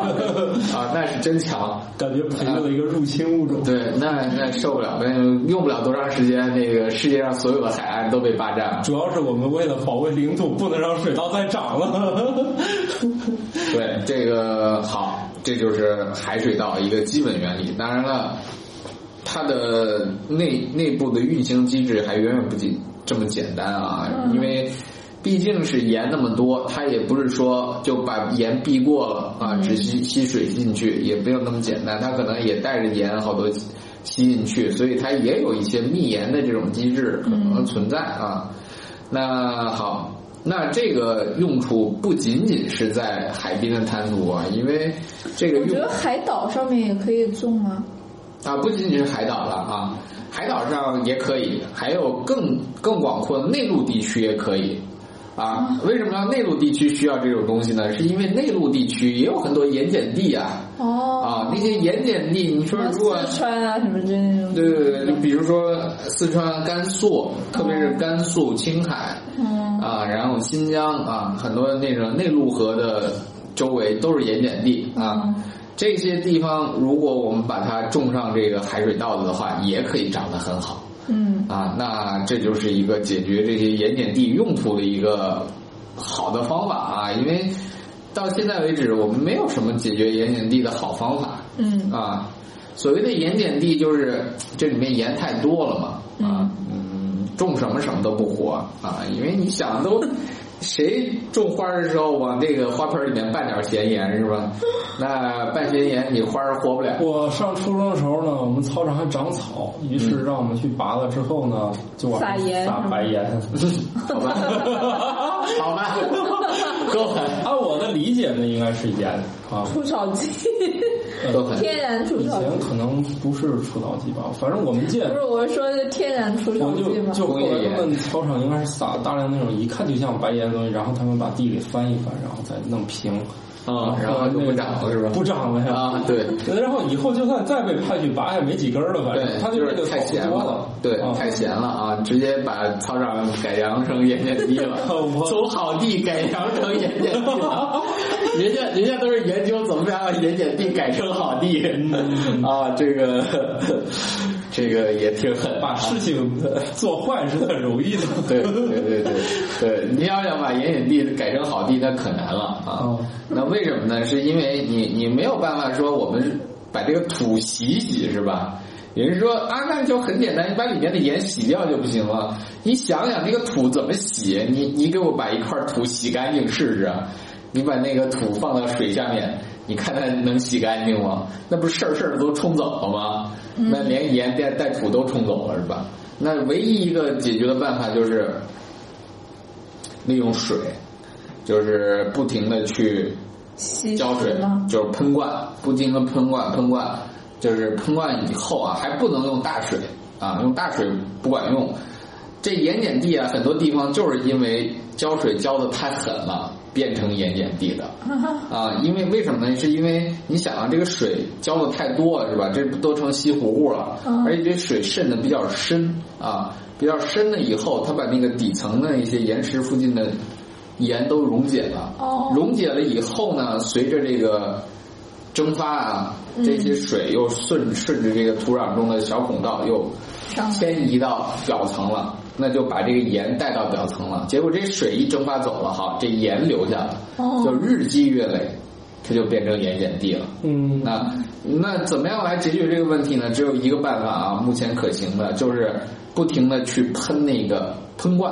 [SPEAKER 4] 啊，那是真强。
[SPEAKER 3] 感觉培育了一个入侵物种。
[SPEAKER 4] 对，那那受不了，那用不了多长时间，那个世界上所有的海岸都被霸占了。
[SPEAKER 3] 主要是我们为了保卫领土，不能让水稻再长了。
[SPEAKER 4] 对，这个好，这就是海水稻一个基本原理。当然了，它的内内部的运行机制还远远不仅这么简单啊，因为毕竟是盐那么多，它也不是说就把盐避过了啊，只吸吸水进去，也没有那么简单。它可能也带着盐好多吸进去，所以它也有一些密盐的这种机制可能存在啊。那好，那这个用处不仅仅是在海滨的滩涂啊，因为这个
[SPEAKER 2] 我
[SPEAKER 4] 用
[SPEAKER 2] 觉得海岛上面也可以种啊。
[SPEAKER 4] 啊，不仅仅是海岛了啊，海岛上也可以，还有更更广阔的内陆地区也可以。啊，为什么内陆地区需要这种东西呢？是因为内陆地区也有很多盐碱地啊，
[SPEAKER 2] 哦，
[SPEAKER 4] 啊，那些盐碱地，你说如果
[SPEAKER 2] 四川啊什么之类的。
[SPEAKER 4] 对对对，就比如说四川、甘肃，特别是甘肃、青海，
[SPEAKER 2] 嗯
[SPEAKER 4] 啊，然后新疆啊，很多那种内陆河的周围都是盐碱地啊。这些地方如果我们把它种上这个海水稻子的话，也可以长得很好
[SPEAKER 2] 嗯
[SPEAKER 4] 啊。那这就是一个解决这些盐碱地用途的一个好的方法啊，因为到现在为止，我们没有什么解决盐碱地的好方法。
[SPEAKER 2] 嗯
[SPEAKER 4] 啊，所谓的盐碱地就是这里面盐太多了嘛，啊，嗯，种什么什么都不活啊，因为你想都，谁种花儿的时候往这个花盆里面拌点咸盐 是吧？那拌咸盐你花儿活不了。
[SPEAKER 3] 我上初中的时候呢，我们操场还长草，于是让我们去拔了之后呢，就往
[SPEAKER 2] 撒
[SPEAKER 3] 上
[SPEAKER 2] 盐
[SPEAKER 3] 撒白盐。
[SPEAKER 4] 好吧，好吧， 够狠，
[SPEAKER 3] 按我的理解呢，应该是盐啊，
[SPEAKER 2] 除草剂，
[SPEAKER 4] 够
[SPEAKER 3] 呃
[SPEAKER 4] 狠。
[SPEAKER 2] 天然除
[SPEAKER 3] 以
[SPEAKER 2] 草剂
[SPEAKER 3] 前。可能不是除草剂吧，反正我们见
[SPEAKER 2] 不是，我是说的天然除
[SPEAKER 3] 我
[SPEAKER 2] 草剂
[SPEAKER 3] 就
[SPEAKER 2] 嘛。
[SPEAKER 3] 就后
[SPEAKER 4] 工业
[SPEAKER 3] 来
[SPEAKER 4] 盐
[SPEAKER 3] 他们操场应该是撒大量那种一看就像白盐的东西，然后他们把地给翻一翻，然后再弄平
[SPEAKER 4] 啊然后就不长了是吧
[SPEAKER 3] 不长了呀
[SPEAKER 4] 啊对。
[SPEAKER 3] 然后以后就算再被派去拔，也没几根儿了，反正
[SPEAKER 4] 对，
[SPEAKER 3] 他
[SPEAKER 4] 就
[SPEAKER 3] 这个
[SPEAKER 4] 是
[SPEAKER 3] 草
[SPEAKER 4] 太
[SPEAKER 3] 不
[SPEAKER 4] 咸
[SPEAKER 3] 多
[SPEAKER 4] 了
[SPEAKER 3] 了，，
[SPEAKER 4] 对，
[SPEAKER 3] 啊
[SPEAKER 4] 太咸了啊！直接把操场改良成盐碱地了
[SPEAKER 3] 我，
[SPEAKER 4] 从好地改良成盐碱地 了。人家人家都是研究怎么样把盐碱地改成好地
[SPEAKER 3] 嗯
[SPEAKER 4] 啊，这个这个也挺狠啊，
[SPEAKER 3] 把事情 做坏是很容易的。
[SPEAKER 4] 对对对对对，你要想把盐碱地改成好地，那可难了啊
[SPEAKER 3] 哦。
[SPEAKER 4] 那为什么呢？是因为你你没有办法说我们把这个土洗洗是吧？有人说啊，那就很简单，你把里面的盐洗掉就不行了。你想想那个土怎么洗？你你给我把一块土洗干净试试啊，你把那个土放到水下面，你看它能洗干净吗？那不是事儿事儿都冲走了吗？那连盐带带土都冲走了是吧？那唯一一个解决的办法就是利用水，就是不停的去
[SPEAKER 2] 吸
[SPEAKER 4] 浇水
[SPEAKER 2] 吗？
[SPEAKER 4] 就是喷灌，不停的喷灌，喷灌，就是喷灌以后啊，还不能用大水啊，用大水不管用。这盐碱地啊，很多地方就是因为浇水浇的太狠了，变成盐碱地 的啊。因为为什么呢？是因为你想啊，这个水浇的太多了，是吧？这不都成西湖湖了，
[SPEAKER 2] 嗯
[SPEAKER 4] 而且这水渗的比较深啊，比较深了以后，它把那个底层的一些岩石附近的盐都溶解了。
[SPEAKER 2] 哦
[SPEAKER 4] 溶解了以后呢，随着这个蒸发啊，这些水又顺顺着这个土壤中的小孔道又
[SPEAKER 2] 上
[SPEAKER 4] 迁移到表层了，那就把这个盐带到表层了。结果这水一蒸发走了，哈，这盐留下了，
[SPEAKER 2] 哦
[SPEAKER 4] 就日积月累，它就变成盐碱地了。
[SPEAKER 3] 嗯，
[SPEAKER 4] 那那怎么样来解决这个问题呢？只有一个办法啊，目前可行的就是不停的去喷那个喷灌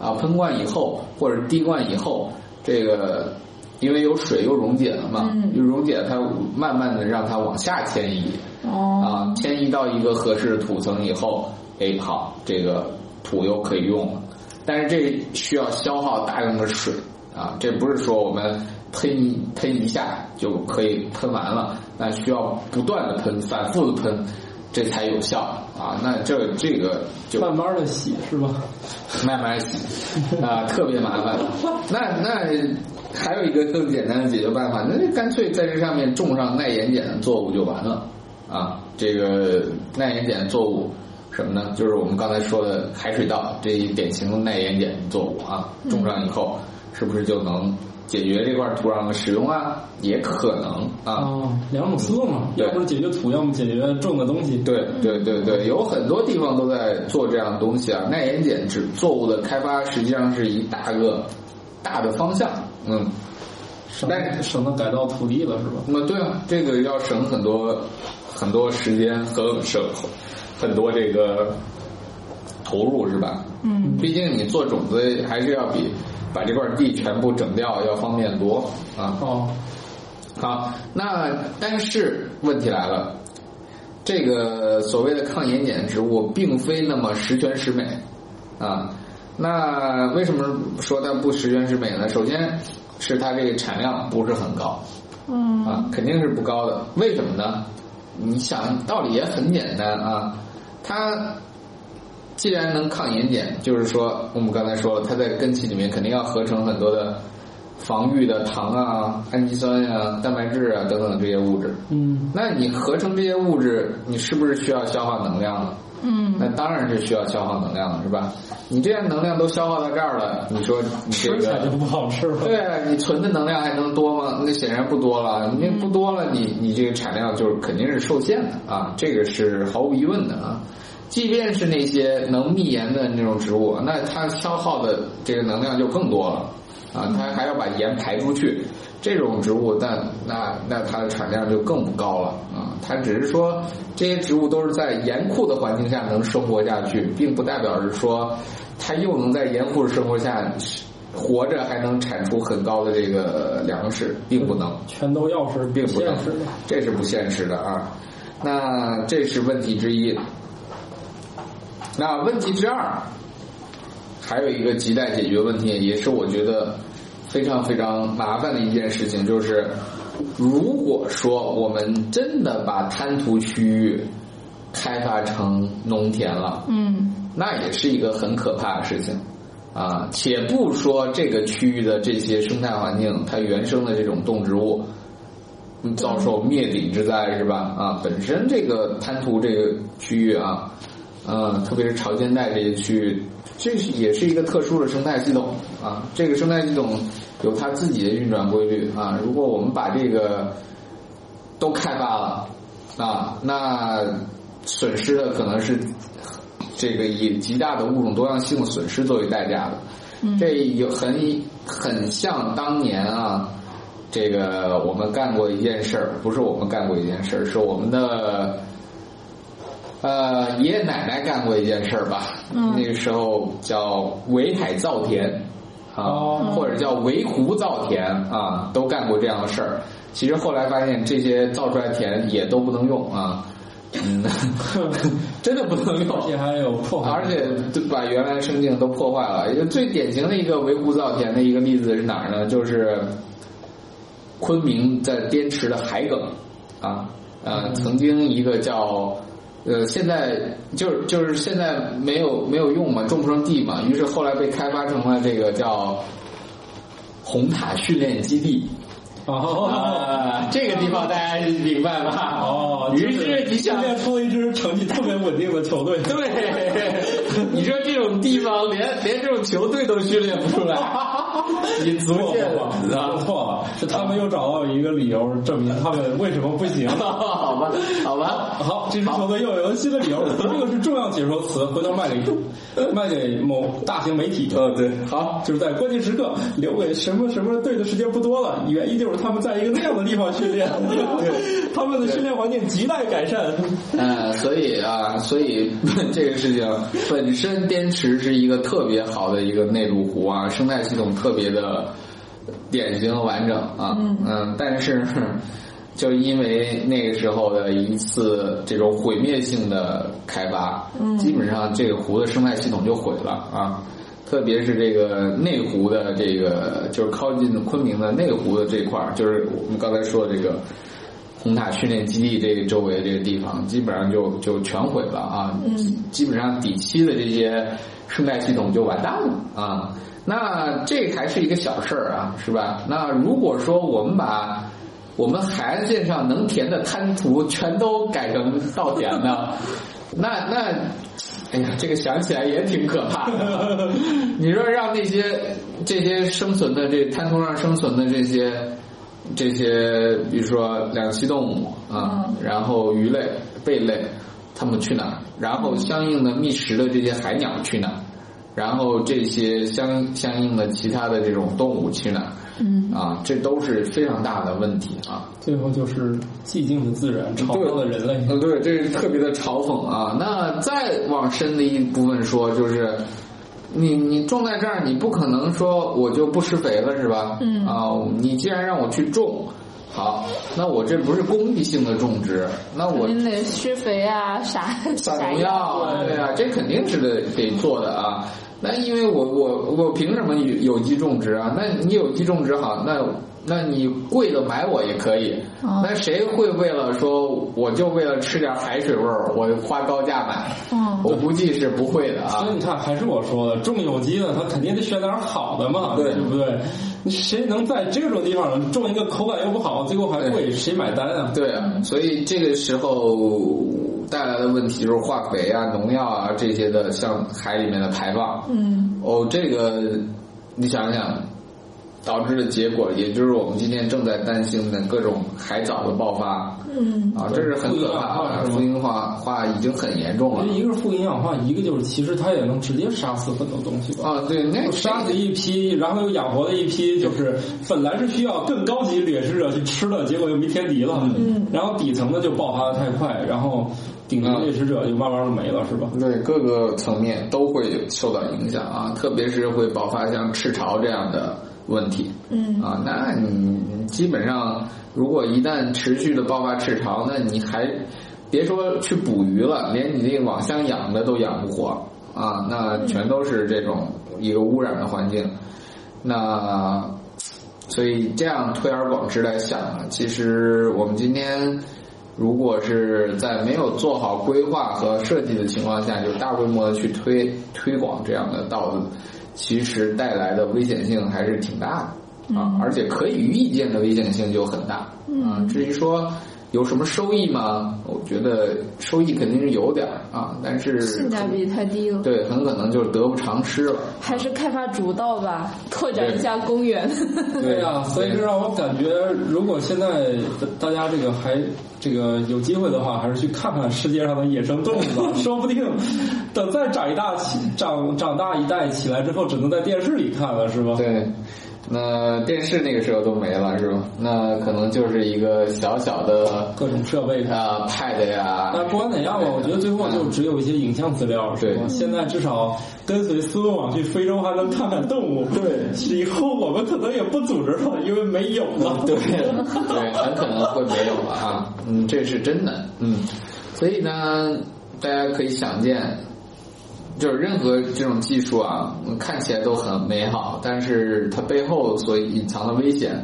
[SPEAKER 4] 啊，喷灌以后或者滴灌以后，这个因为有水又溶解了嘛，
[SPEAKER 2] 嗯
[SPEAKER 4] 又溶解它慢慢的让它往下迁移
[SPEAKER 2] 哦，
[SPEAKER 4] 啊，迁移到一个合适的土层以后，哎好，这个土又可以用了，但是这需要消耗大量的水啊，这不是说我们喷一喷一下就可以喷完了，那需要不断的喷，反复的喷，这才有效啊。那这这个就
[SPEAKER 3] 慢慢的洗是吧？
[SPEAKER 4] 慢慢洗啊、特别麻烦。那那还有一个更简单的解决办法，那就干脆在这上面种上耐盐碱的作物就完了啊。这个耐盐碱作物什么呢？就是我们刚才说的海水稻，这一典型的耐盐碱作物啊，种上以后是不是就能解决这块土壤的使用啊？也可能啊。
[SPEAKER 3] 哦，两种思路嘛，
[SPEAKER 4] 对
[SPEAKER 3] 要不是解决土，要么解决种的东西。
[SPEAKER 4] 对对对对，有很多地方都在做这样的东西啊。耐盐碱指作物的开发实际上是一大个大的方向，嗯，
[SPEAKER 3] 省
[SPEAKER 4] 但
[SPEAKER 3] 省得改造土地了是吧？
[SPEAKER 4] 那对啊，这个要省很多很多时间和省很多这个投入是吧？
[SPEAKER 2] 嗯，
[SPEAKER 4] 毕竟你做种子还是要比把这块地全部整掉要方便多啊。
[SPEAKER 3] 哦，
[SPEAKER 4] 好，那但是问题来了，这个所谓的抗盐碱植物并非那么十全十美啊。那为什么说它不十全十美呢？首先是它这个产量不是很高
[SPEAKER 2] 嗯
[SPEAKER 4] 啊，肯定是不高的。为什么呢？你想道理也很简单啊，它既然能抗盐碱，就是说我们刚才说了，它在根系里面肯定要合成很多的防御的糖啊、氨基酸呀、蛋白质啊等等这些物质。
[SPEAKER 3] 嗯，
[SPEAKER 4] 那你合成这些物质，你是不是需要消耗能量呢？
[SPEAKER 2] 嗯，
[SPEAKER 4] 那当然是需要消耗能量了，是吧？你这些能量都消耗到这儿了，你说你这
[SPEAKER 3] 吃起来
[SPEAKER 4] 个
[SPEAKER 3] 就不好吃 了。
[SPEAKER 4] 对啊，你存的能量还能多吗？那显然不多了。你不多了，你你这个产量就是肯定是受限的啊，这个是毫无疑问的啊。即便是那些能密盐的那种植物，那它消耗的这个能量就更多了啊，它还要把盐排出去。这种植物，那那那它的产量就更不高了啊。它只是说这些植物都是在严酷的环境下能生活下去，并不代表是说它又能在严酷的生活下活着还能产出很高的这个粮食，并不能，
[SPEAKER 3] 全都要是
[SPEAKER 4] 并不能
[SPEAKER 3] 现实的。，
[SPEAKER 4] 这是不现实的啊。那这是问题之一。那问题之二，还有一个亟待解决问题，也是我觉得非常非常麻烦的一件事情，就是如果说我们真的把滩涂区域开发成农田了，
[SPEAKER 2] 嗯
[SPEAKER 4] 那也是一个很可怕的事情啊！且不说这个区域的这些生态环境，它原生的这种动植物嗯遭受灭顶之灾是吧？啊，本身这个滩涂这个区域啊，呃，特别是潮间带这些区域，这是也是一个特殊的生态系统啊。这个生态系统有它自己的运转规律啊。如果我们把这个都开发了啊，那损失的可能是这个以极大的物种多样性的损失作为代价的。这有很很像当年啊，这个我们干过一件事儿，不是我们干过一件事儿，是我们的呃爷爷奶奶干过一件事儿吧。
[SPEAKER 2] 嗯
[SPEAKER 4] 那个时候叫围海造田啊
[SPEAKER 3] 哦，
[SPEAKER 4] 或者叫围湖造田啊，都干过这样的事儿。其实后来发现这些造出来的田也都不能用啊，嗯， 真的不能用
[SPEAKER 3] 而。且还有破坏，
[SPEAKER 4] 而且就把原来生境都破坏了。一个最典型的一个维护造田的一个例子是哪儿呢？就是昆明在滇池的海埂啊，呃，
[SPEAKER 3] 嗯
[SPEAKER 4] 曾经一个叫呃，现在就是就是现在没有没有用嘛，种不上地嘛，于是后来被开发成了这个叫红塔训练基地。
[SPEAKER 3] 哦
[SPEAKER 4] 啊， 这个地方大家明白吧？
[SPEAKER 3] 哦，
[SPEAKER 4] 于是你想
[SPEAKER 3] 训练出了一支成绩特别稳定的球 队，
[SPEAKER 4] 对，你说这种地方连连这种球队都训练不出来，你足
[SPEAKER 3] 错
[SPEAKER 4] 见
[SPEAKER 3] 了，
[SPEAKER 4] 啊。
[SPEAKER 3] 错了，是他们又找到一个理由证明他们为什么不 行。
[SPEAKER 4] 好吧，好吧，
[SPEAKER 3] 好，这支球队又有了新的理由，这个是重要解说词，回头卖 给卖给某大型媒体。
[SPEAKER 4] 呃，对，好，
[SPEAKER 3] 就是在关键时刻留给什么什么队的时间不多了，原因就是他们在一个那样的地方训 练，他们的训练环境亟待改善。
[SPEAKER 4] 呃，所以啊，所以这个事情本身，滇池是一个特别好的一个内陆湖啊，生态系统特别的典型和完整啊，嗯但是就因为那个时候的一次这种毁灭性的开发，嗯，基本上这个湖的生态系统就毁了啊。特别是这个内湖的这个，就是靠近昆明的内湖的这块儿，就是我们刚才说的这个红塔训练基地这个周围这个地方，基本上就就全毁了啊，基本上底栖的这些生态系统就完蛋了啊。那这还是一个小事儿啊，是吧？那如果说我们把 我们海岸线上能填的滩涂全都改成稻田呢， 那那，哎呀，这个想起来也挺可怕的。 你说让那些这些生存的这滩涂上生存的这些这些，比如说两栖动物啊，然后鱼类、贝类，它们去哪儿？然后相应的觅食的这些海鸟去哪儿？然后这些相相应的其他的这种动物去哪儿？
[SPEAKER 2] 嗯
[SPEAKER 4] 啊，这都是非常大的问题啊。
[SPEAKER 3] 最后就是寂静的自然，吵闹的人类。
[SPEAKER 4] 嗯，对，这是特别的嘲讽啊。那再往深的一部分说，就是你你种在这儿，你不可能说我就不施肥了，是吧？
[SPEAKER 2] 嗯
[SPEAKER 4] 啊，你既然让我去种，好，那我这不是公益性的种植，那我
[SPEAKER 2] 您得施肥啊，啥
[SPEAKER 4] 撒
[SPEAKER 2] 啥
[SPEAKER 4] 农药啊，对啊，这肯定是得得做的啊。那因为我我我凭什么有有机种植啊？那你有机种植好，那那你贵了买我也可以。
[SPEAKER 2] 哦
[SPEAKER 4] 那谁会为了说我就为了吃点海水味儿，我花高价买？
[SPEAKER 2] 嗯
[SPEAKER 4] 我估计是不会的啊
[SPEAKER 3] 所以。你看，还是我说的，种有机的，他肯定得选点好的嘛，
[SPEAKER 4] 对
[SPEAKER 3] 对不对？谁能在这种地方种一个口感又不好，最后还贵，谁买单啊？
[SPEAKER 4] 对啊，所以这个时候带来的问题就是化肥啊、农药啊这些的向海里面的排放。
[SPEAKER 2] 嗯
[SPEAKER 4] 哦，这个你想想，导致的结果，也就是我们今天正在担心的各种海藻的爆发
[SPEAKER 2] 嗯
[SPEAKER 4] 啊，这是很可怕的。
[SPEAKER 3] 对
[SPEAKER 4] 福音化化已经很严重了
[SPEAKER 3] 因为一个是富营养化，一个就是其实它也能直接杀死很多东西吧。
[SPEAKER 4] 啊，对，那
[SPEAKER 3] 就杀死一批，然后又养活了一批，就是本来是需要更高级掠食者去吃的，结果又没天敌了。
[SPEAKER 2] 嗯
[SPEAKER 3] 然后底层的就爆发的太快，然后顶级掠食者就慢慢的没了，是吧？
[SPEAKER 4] 对各个层面都会受到影响啊，特别是会爆发像赤潮这样的问题。
[SPEAKER 2] 嗯
[SPEAKER 4] 啊，那你基本上如果一旦持续的爆发赤潮，那你还别说去捕鱼了，连你这个网箱养的都养不活啊，那全都是这种一个污染的环境。那所以这样推而广之来想啊，其实我们今天如果是在没有做好规划和设计的情况下，就大规模的去推推广这样的道路，其实带来的危险性还是挺大的啊，而且可以预见的危险性就很大啊。至于说。有什么收益吗？我觉得收益肯定是有点儿啊，但是
[SPEAKER 2] 性价比太低了，
[SPEAKER 4] 对，很可能就是得不偿失了。
[SPEAKER 2] 还是开发主导吧，拓展一下公园。
[SPEAKER 3] 对呀、所以
[SPEAKER 4] 对
[SPEAKER 3] 这让我感觉，如果现在大家这个还这个有机会的话，还是去看看世界上的野生动物 吧，说不定等再长一大起长长大一代起来之后，只能在电视里看了，是吧？
[SPEAKER 4] 对，那电视那个时候都没了是吧？那可能就是一个小小的
[SPEAKER 3] 各种设备看。
[SPEAKER 4] 啊 Pad 呀。
[SPEAKER 3] 但不管怎样吧，我觉得最后就只有一些影像资料，是吧？
[SPEAKER 4] 对
[SPEAKER 3] 现在至少跟随思路网去非洲还能看看动物，对，以后我们可能也不组织了，因为没有了，
[SPEAKER 4] 对对，很可能会没有了啊。嗯，这是真的。嗯，所以呢，大家可以想见，就是任何这种技术啊，看起来都很美好，但是它背后所隐藏的危险，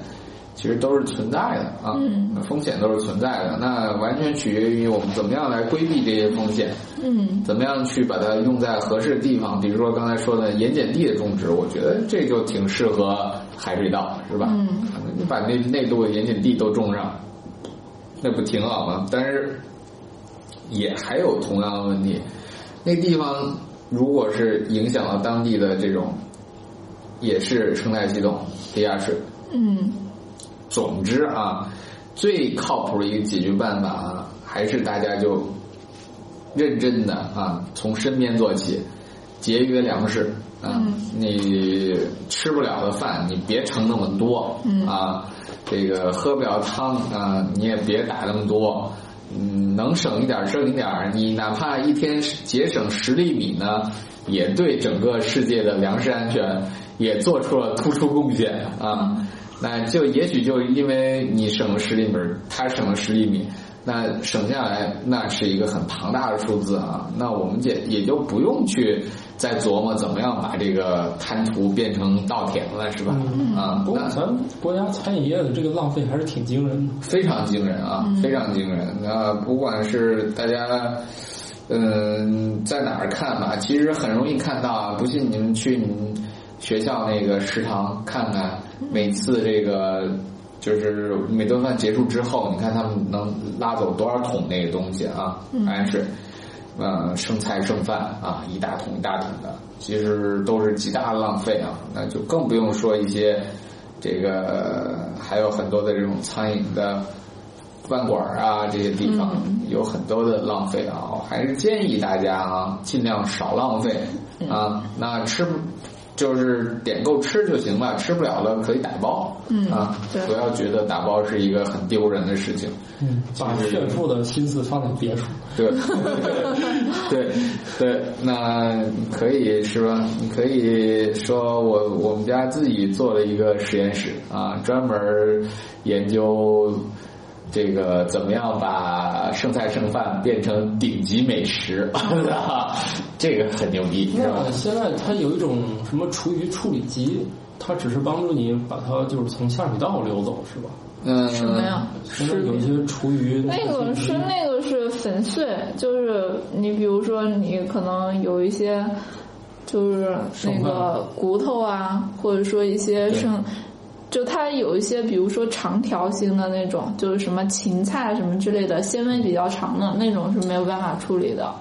[SPEAKER 4] 其实都是存在的啊，
[SPEAKER 2] 嗯
[SPEAKER 4] 风险都是存在的。那完全取决于我们怎么样来规避这些风险，
[SPEAKER 2] 嗯
[SPEAKER 4] 怎么样去把它用在合适的地方。比如说刚才说的盐碱地的种植，我觉得这就挺适合海水稻，是吧？
[SPEAKER 2] 嗯，
[SPEAKER 4] 你把那内陆的盐碱地都种上，那不挺好吗？但是也还有同样的问题，那地方如果是影响了当地的这种，也是生态系统低压水。
[SPEAKER 2] 嗯
[SPEAKER 4] 总之啊，最靠谱的一个解决办法啊，还是大家就认真的啊，从身边做起，节约粮食啊。
[SPEAKER 2] 嗯
[SPEAKER 4] 你吃不了的饭，你别盛那么多、
[SPEAKER 2] 嗯
[SPEAKER 4] 啊。这个喝不了汤啊，你也别打那么多。嗯，能省一点儿省一点儿，你哪怕一天节省十粒米呢，也对整个世界的粮食安全也做出了突出贡献啊。那就也许就因为你省了十厘米，他省了十厘米，那省下来那是一个很庞大的数字啊。那我们也也就不用去再琢磨怎么样把这个滩涂变成稻田了，是吧？啊，
[SPEAKER 3] 不过
[SPEAKER 4] 那
[SPEAKER 3] 咱 国家餐饮业的这个浪费还是挺惊人的。
[SPEAKER 4] 非常惊人啊，非常惊人。那不管是大家，嗯，在哪儿看吧，其实很容易看到啊。不信你们去你们学校那个食堂看看，每次这个就是每顿饭结束之后，你看他们能拉走多少桶那个东西啊？还是。嗯，剩菜剩饭啊，一大桶一大桶的，其实都是极大的浪费啊。那就更不用说一些这个还有很多的这种餐饮的饭馆儿啊，这些地方、
[SPEAKER 2] 嗯
[SPEAKER 4] 有很多的浪费啊。我还是建议大家啊，尽量少浪费
[SPEAKER 2] 嗯
[SPEAKER 4] 啊。那吃不就是点够吃就行了，吃不了了可以打包。
[SPEAKER 2] 嗯
[SPEAKER 4] 啊，
[SPEAKER 2] 对
[SPEAKER 4] 不要觉得打包是一个很丢人的事情。
[SPEAKER 3] 嗯，把炫富的心思放在别处。
[SPEAKER 4] 对，对，对，那可以是吧？你可以说我我们家自己做了一个实验室啊，专门儿研究这个怎么样把剩菜剩饭变成顶级美食， 这个很牛逼，是吧
[SPEAKER 3] 那？现在它有一种什么厨余处理机，它只是帮助你把它就是从下水道流走，是吧？
[SPEAKER 4] 嗯，
[SPEAKER 2] 什么呀？
[SPEAKER 3] 现在有一些厨余
[SPEAKER 2] 那个哎是那个是粉碎，就是你比如说你可能有一些就是那个骨头啊，或者说一些剩，就它有一些比如说长条形的那种，就是什么芹菜什么之类的，纤维比较长的那种是没有办法处理的。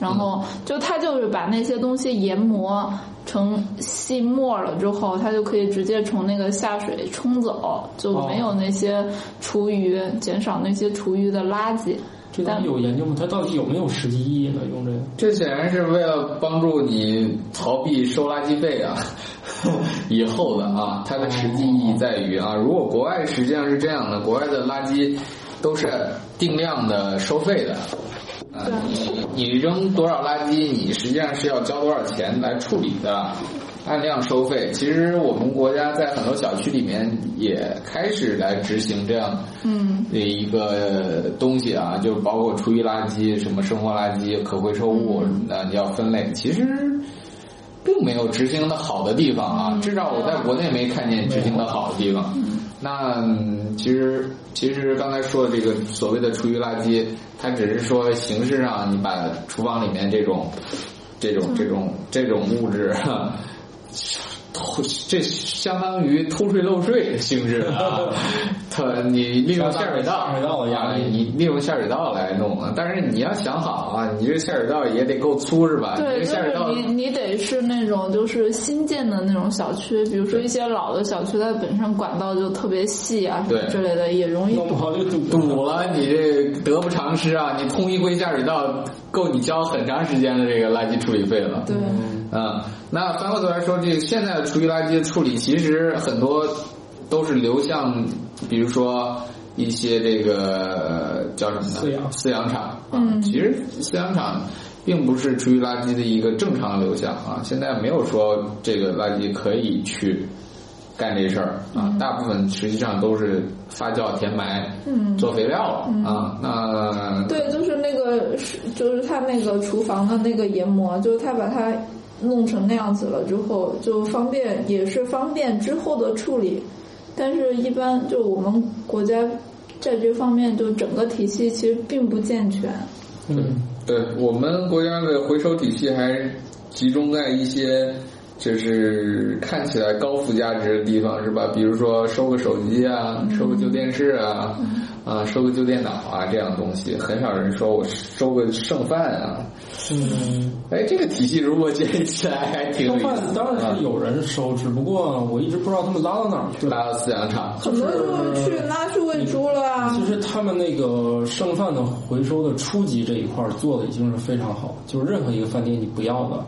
[SPEAKER 2] 然后就它就是把那些东西研磨成细末了之后，它就可以直接从那个下水冲走，就没有那些厨余，减少那些厨余的垃圾。
[SPEAKER 3] 这东
[SPEAKER 2] 但
[SPEAKER 3] 西有研究吗？它到底有没有实际意义呢？用这个？
[SPEAKER 4] 这显然是为了帮助你逃避收垃圾费啊，以后的啊，它的实际意义在于啊，如果国外实际上是这样的，国外的垃圾都是定量的收费的，啊，你你扔多少垃圾，你实际上是要交多少钱来处理的，按量收费。其实我们国家在很多小区里面也开始来执行这样
[SPEAKER 2] 嗯
[SPEAKER 4] 的呃一个东西啊，就包括厨余垃圾、什么生活垃圾、可回收物什么的，你要分类。其实并没有执行的好的地方啊，至少我在国内没看见执行的好的地方。那嗯其实其实刚才说的这个所谓的厨余垃圾，它只是说形式上你把厨房里面这种这种这种这种物质。啊偷这相当于偷税漏税的性质啊！它你利用下水道，啊
[SPEAKER 3] 下水道的压力
[SPEAKER 4] 你利用下水道来弄啊。但是你要想好啊，你这下水道也得够粗是吧？
[SPEAKER 2] 对，
[SPEAKER 4] 啊你这
[SPEAKER 2] 就
[SPEAKER 4] 下水
[SPEAKER 2] 是
[SPEAKER 4] 道
[SPEAKER 2] 你你得是那种就是新建的那种小区，比如说一些老的小区，它本身管道就特别细啊什么
[SPEAKER 4] 对
[SPEAKER 2] 之类的，也容易
[SPEAKER 3] 弄不好就哎堵了。
[SPEAKER 4] 堵了，你这得不偿失啊！你通一回下水道，够你交很长时间的这个垃圾处理费了。
[SPEAKER 2] 对。
[SPEAKER 4] 嗯，那翻过头来说，这个现在的厨余垃圾的处理，其实很多都是流向，比如说一些这个呃叫什么
[SPEAKER 3] 饲
[SPEAKER 4] 呢？
[SPEAKER 3] 养
[SPEAKER 4] 饲养场啊，
[SPEAKER 2] 嗯
[SPEAKER 4] 其实饲养场并不是厨余垃圾的一个正常流向啊，现在没有说这个垃圾可以去干这事儿啊，大部分实际上都是发酵填埋，
[SPEAKER 2] 嗯
[SPEAKER 4] 做肥料了、啊，那
[SPEAKER 2] 对，就是那个是，就是他那个厨房的那个研磨，就是他把它弄成那样子了之后，就方便，也是方便之后的处理。但是，一般就我们国家在这方面，就整个体系其实并不健全。
[SPEAKER 3] 嗯，
[SPEAKER 4] 对我们国家的回收体系还集中在一些就是看起来高附加值的地方，是吧？比如说收个手机啊，
[SPEAKER 3] 嗯
[SPEAKER 4] 收个旧电视啊，啊，收个旧电脑啊，这样的东西，很少人说我收个剩饭啊。
[SPEAKER 3] 嗯，
[SPEAKER 4] 哎，这个体系如果建立起来，还挺有
[SPEAKER 3] 剩
[SPEAKER 4] 意
[SPEAKER 3] 饭
[SPEAKER 4] 思。
[SPEAKER 3] 当然是有人收，只不过我一直不知道他们拉到哪儿去
[SPEAKER 4] 嗯
[SPEAKER 3] 了。
[SPEAKER 4] 拉到饲养场，
[SPEAKER 2] 很多就是去拉去喂猪了啊
[SPEAKER 3] 其，实嗯他们那个剩饭的回收的初级这一块儿做的已经是非常好，就是任何一个饭店你不要的，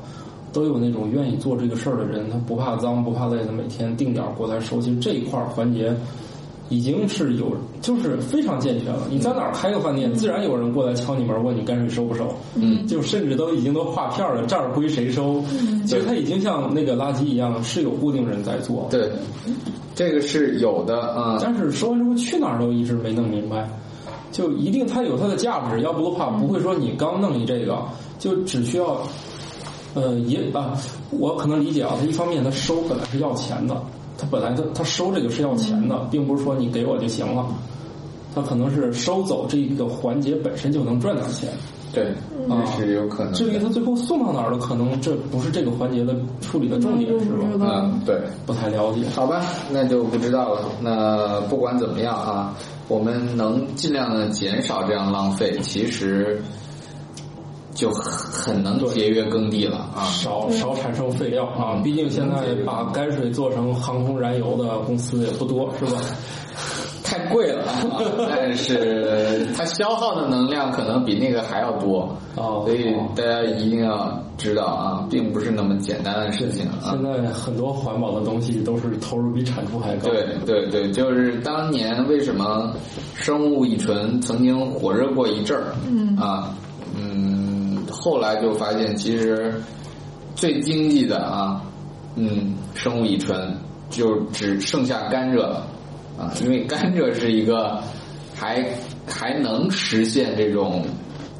[SPEAKER 3] 都有那种愿意做这个事儿的人，他不怕脏不怕累的，每天定点儿过来收。其实这一块儿环节已经是有，就是非常健全了。你在哪儿开个饭店，自然有人过来敲你门问你泔水收不收，嗯，就甚至都已经都划片儿了，这儿归谁收。其实它已经像那个垃圾一样，是有固定人在做。
[SPEAKER 4] 对，这个是有的啊。
[SPEAKER 3] 嗯但是说完之后去哪儿都一直没弄明白。就一定它有它的价值，要不的话不会说你刚弄一这个，就只需要，呃，也啊，我可能理解啊，它一方面它收本来是要钱的，它本来它它收这个是要钱的，并不是说你给我就行了，它可能是收走这个环节本身就能赚点钱。
[SPEAKER 4] 对，
[SPEAKER 3] 嗯
[SPEAKER 4] 这是有可能的。啊
[SPEAKER 3] 至于它最后送到哪儿了，可能这不是这个环节的处理的重点，是吧？
[SPEAKER 4] 嗯，对，
[SPEAKER 3] 不太了解。
[SPEAKER 4] 好吧，那就不知道了。那不管怎么样啊，我们能尽量的减少这样浪费，其实就很能节约耕地了啊。
[SPEAKER 3] 少少产生废料
[SPEAKER 4] 嗯
[SPEAKER 3] 啊！毕竟现在把泔水做成航空燃油的公司也不多，是吧？
[SPEAKER 4] 太贵 了啊，但是它消耗的能量可能比那个还要多，
[SPEAKER 3] 哦
[SPEAKER 4] 所以大家一定要知道啊，并不是那么简单的事情啊
[SPEAKER 3] 现。在很多环保的东西都是投入比产出还高。
[SPEAKER 4] 对对对，就是当年为什么生物乙醇曾经火热过一阵儿，嗯啊，嗯，后来就发现其实最经济的啊，嗯，生物乙醇就只剩下甘蔗了啊，因为甘蔗是一个还还能实现这种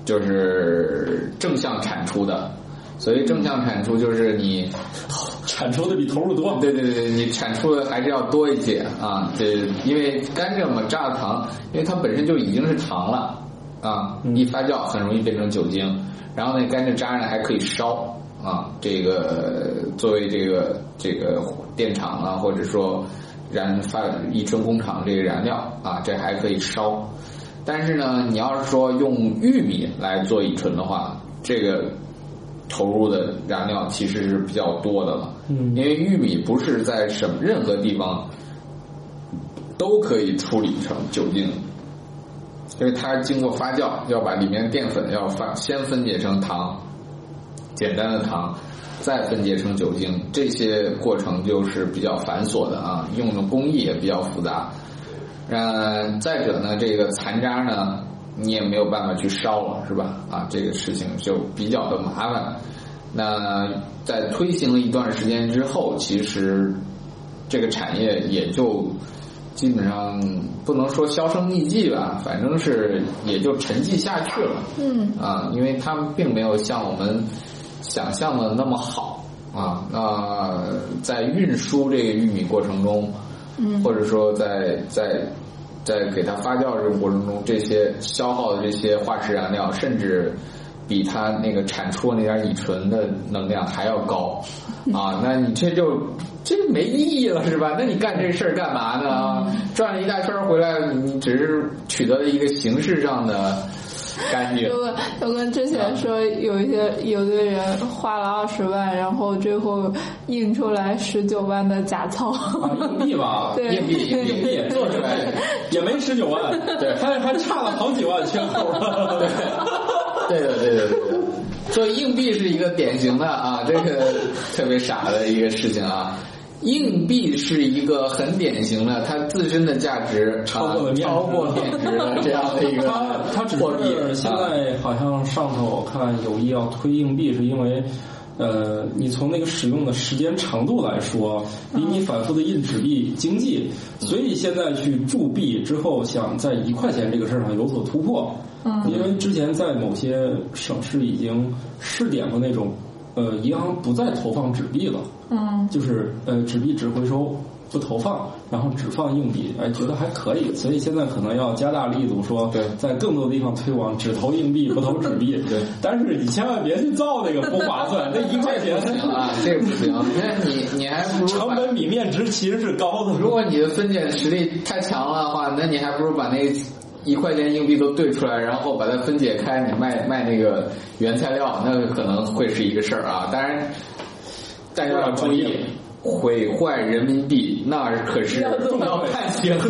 [SPEAKER 4] 就是正向产出的。所谓正向产出，就是你
[SPEAKER 3] 产出的比投入多。
[SPEAKER 4] 对对对，你产出的还是要多一些啊，这因为甘蔗嘛，榨糖，因为它本身就已经是糖了啊，一发酵很容易变成酒精，然后那甘蔗渣呢还可以烧啊，这个作为这个这个电厂啊，或者说燃发乙醇工厂这个燃料啊，这还可以烧，但是呢，你要是说用玉米来做乙醇的话，这个投入的燃料其实是比较多的了。
[SPEAKER 3] 嗯
[SPEAKER 4] 因为玉米不是在什么任何地方都可以处理成酒精，因为它经过发酵，要把里面淀粉要发先分解成糖，简单的糖，再分解成酒精，这些过程就是比较繁琐的啊，用的工艺也比较复杂。嗯，再者呢，这个残渣呢，你也没有办法去烧了，是吧？啊，这个事情就比较的麻烦。那在推行了一段时间之后，其实这个产业也就基本上不能说销声匿迹吧，反正是也就沉寂下去了。
[SPEAKER 2] 嗯，
[SPEAKER 4] 啊，因为他们并没有像我们想象的那么好啊。那在运输这个玉米过程中，嗯，或者说在在在给它发酵这个过程中，这些消耗的这些化石燃料，甚至比它那个产出的那点乙醇的能量还要高
[SPEAKER 2] 嗯
[SPEAKER 4] 啊。那你这就这没意义了，是吧？那你干这事儿干嘛呢？啊
[SPEAKER 2] 嗯
[SPEAKER 4] 转了一大圈儿回来，你只是取得了一个形式上的干净
[SPEAKER 2] 就。跟就跟之前说，有一些有的人花了二十万，然后最后印出来十九万的假钞。
[SPEAKER 3] 啊，硬币吧，
[SPEAKER 2] 对
[SPEAKER 4] 硬币，硬
[SPEAKER 3] 硬币
[SPEAKER 4] 币
[SPEAKER 3] 也做出来也没十九万，
[SPEAKER 4] 对
[SPEAKER 3] 还还差了好几万缺口。
[SPEAKER 4] 对的，对的，对的。所以硬币是一个典型的啊，这个特别傻的一个事情啊。硬币是一个很典型的，它自身的价值
[SPEAKER 3] 超过
[SPEAKER 4] 啊
[SPEAKER 3] 了面值
[SPEAKER 4] 超过贬值的这样的一个
[SPEAKER 3] 它它只
[SPEAKER 4] 货币
[SPEAKER 3] 是。现
[SPEAKER 4] 啊
[SPEAKER 3] 在好像上头我看有意要推硬币，是因为。呃，你从那个使用的时间长度来说，比你反复的印纸币经济，所以现在去铸币之后，想在一块钱这个事儿上有所突破。嗯，因为之前在某些省市已经试点过那种，呃，银行不再投放纸币了。
[SPEAKER 2] 嗯，
[SPEAKER 3] 就是呃纸币只回收不投放，然后只放硬币，哎，觉得还可以，所以现在可能要加大力度说，
[SPEAKER 4] 对
[SPEAKER 3] 在更多的地方推广只投硬币不投纸 币。对，但是你千万别去造那个不划算，那一块钱
[SPEAKER 4] 啊，这 不行，那你你还不如
[SPEAKER 3] 成
[SPEAKER 4] 把
[SPEAKER 3] 本比面值其实是高的。
[SPEAKER 4] 如果你的分拣实力太强了的话，那你还不如把那一块钱硬币都兑出来，然后把它分解开，你卖卖那个原材料，那个可能会是一个事儿啊。当然，但是要注意，毁坏人民币那可是要判刑的，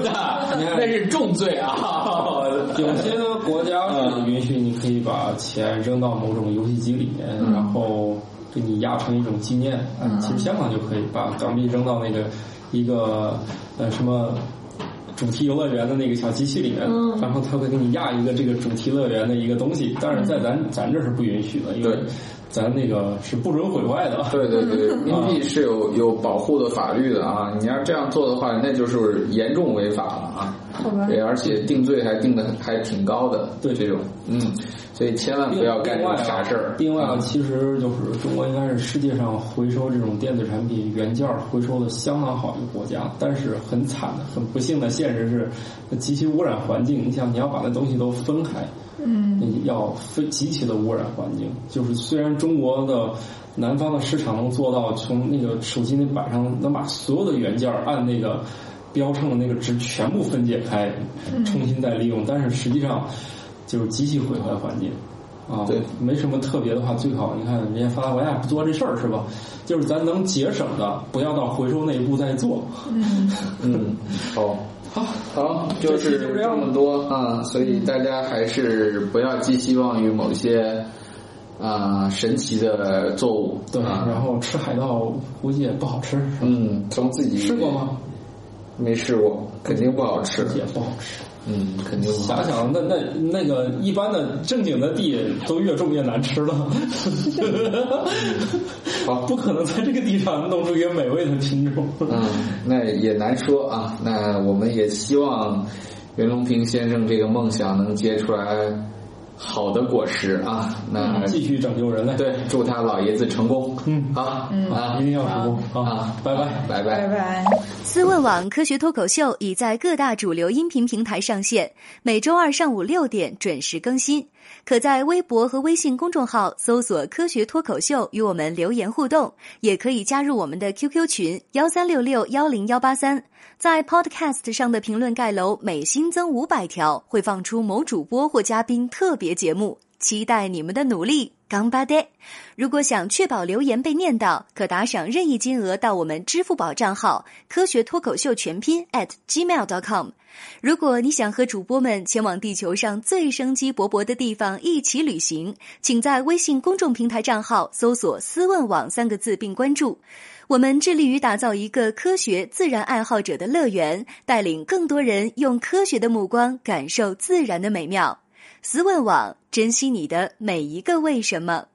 [SPEAKER 4] 那是重罪啊。
[SPEAKER 3] 有些的国家
[SPEAKER 4] 嗯
[SPEAKER 3] 是允许你可以把钱扔到某种游戏机里面，然后给你压成一种纪念。嗯、其实香港就可以把港币扔到那个一个呃什么。主题游乐园的那个小机器里面，然后他会给你压一个这个主题乐园的一个东西，但是在咱咱这是不允许的，因为
[SPEAKER 4] 对
[SPEAKER 3] 咱那个是不准毁坏的。
[SPEAKER 4] 对对对，冥
[SPEAKER 3] 啊
[SPEAKER 4] 币是有有保护的法律的啊！你要这样做的话，那就是严重违法了啊！
[SPEAKER 2] 好吧
[SPEAKER 4] 对，而且定罪还定的还挺高的，
[SPEAKER 3] 对
[SPEAKER 4] 这种，嗯，所以千万不要干这种傻事儿。
[SPEAKER 3] 另外啊，
[SPEAKER 4] 啊
[SPEAKER 3] 其实就是中国应该是世界上回收这种电子产品原件儿回收的相当好一个国家，但是很惨的、很不幸的现实是，极其污染环境。你想，你要把那东西都分开，
[SPEAKER 2] 嗯，
[SPEAKER 3] 要非极其的污染环境。就是虽然中国的南方的市场能做到从那个手机那板上能把所有的元件儿按那个标称的那个值全部分解开，
[SPEAKER 4] 嗯
[SPEAKER 3] 重新再利用，但是实际上就是极其毁坏环境。啊，
[SPEAKER 4] 对，
[SPEAKER 3] 没什么特别的话，最好你看人家发达国家也不做这事儿是吧？就是咱能节省的，不要到回收那一步再做。
[SPEAKER 4] 嗯，好，
[SPEAKER 3] 啊好，
[SPEAKER 4] 好，就是这么多啊、所以大家还是不要寄希望于某些啊、神奇的作物。
[SPEAKER 3] 对，
[SPEAKER 4] 啊
[SPEAKER 3] 然后吃海盗估计也不好吃，是吧
[SPEAKER 4] 嗯，从自己
[SPEAKER 3] 吃过吗？
[SPEAKER 4] 没试过，肯定不好吃。
[SPEAKER 3] 也不好吃。
[SPEAKER 4] 嗯，肯定不
[SPEAKER 3] 想
[SPEAKER 4] 好吃。
[SPEAKER 3] 想那那那个一般的正经的地都越种越难吃了，
[SPEAKER 4] 好
[SPEAKER 3] 不可能在这个地上弄出一个美味的品种。
[SPEAKER 4] 嗯，那也难说啊。那我们也希望袁隆平先生这个梦想能结出来好的果实啊。那
[SPEAKER 3] 继续拯救人类，
[SPEAKER 4] 对，祝他老爷子成功。
[SPEAKER 3] 嗯
[SPEAKER 4] 好，
[SPEAKER 3] 啊，
[SPEAKER 4] 啊
[SPEAKER 3] 一定要成功啊
[SPEAKER 4] 啊！，
[SPEAKER 3] 拜拜。
[SPEAKER 4] 拜拜
[SPEAKER 2] 拜拜。
[SPEAKER 5] 思问网科学脱口秀已在各大主流音频平台上线，每周二上午六点准时更新。可在微博和微信公众号搜索“科学脱口秀”与我们留言互动，也可以加入我们的 QQ 群幺三六六幺零幺八三。在 Podcast 上的评论盖楼每新增五百条，会放出某主播或嘉宾特别节目，期待你们的努力。干巴爹！如果想确保留言被念到，可打赏任意金额到我们支付宝账号“科学脱口秀全拼 ”at gmail.com。如果你想和主播们前往地球上最生机勃勃的地方一起旅行，请在微信公众平台账号搜索“思问网”三个字并关注。我们致力于打造一个科学自然爱好者的乐园，带领更多人用科学的目光感受自然的美妙。思问网，珍惜你的每一个为什么。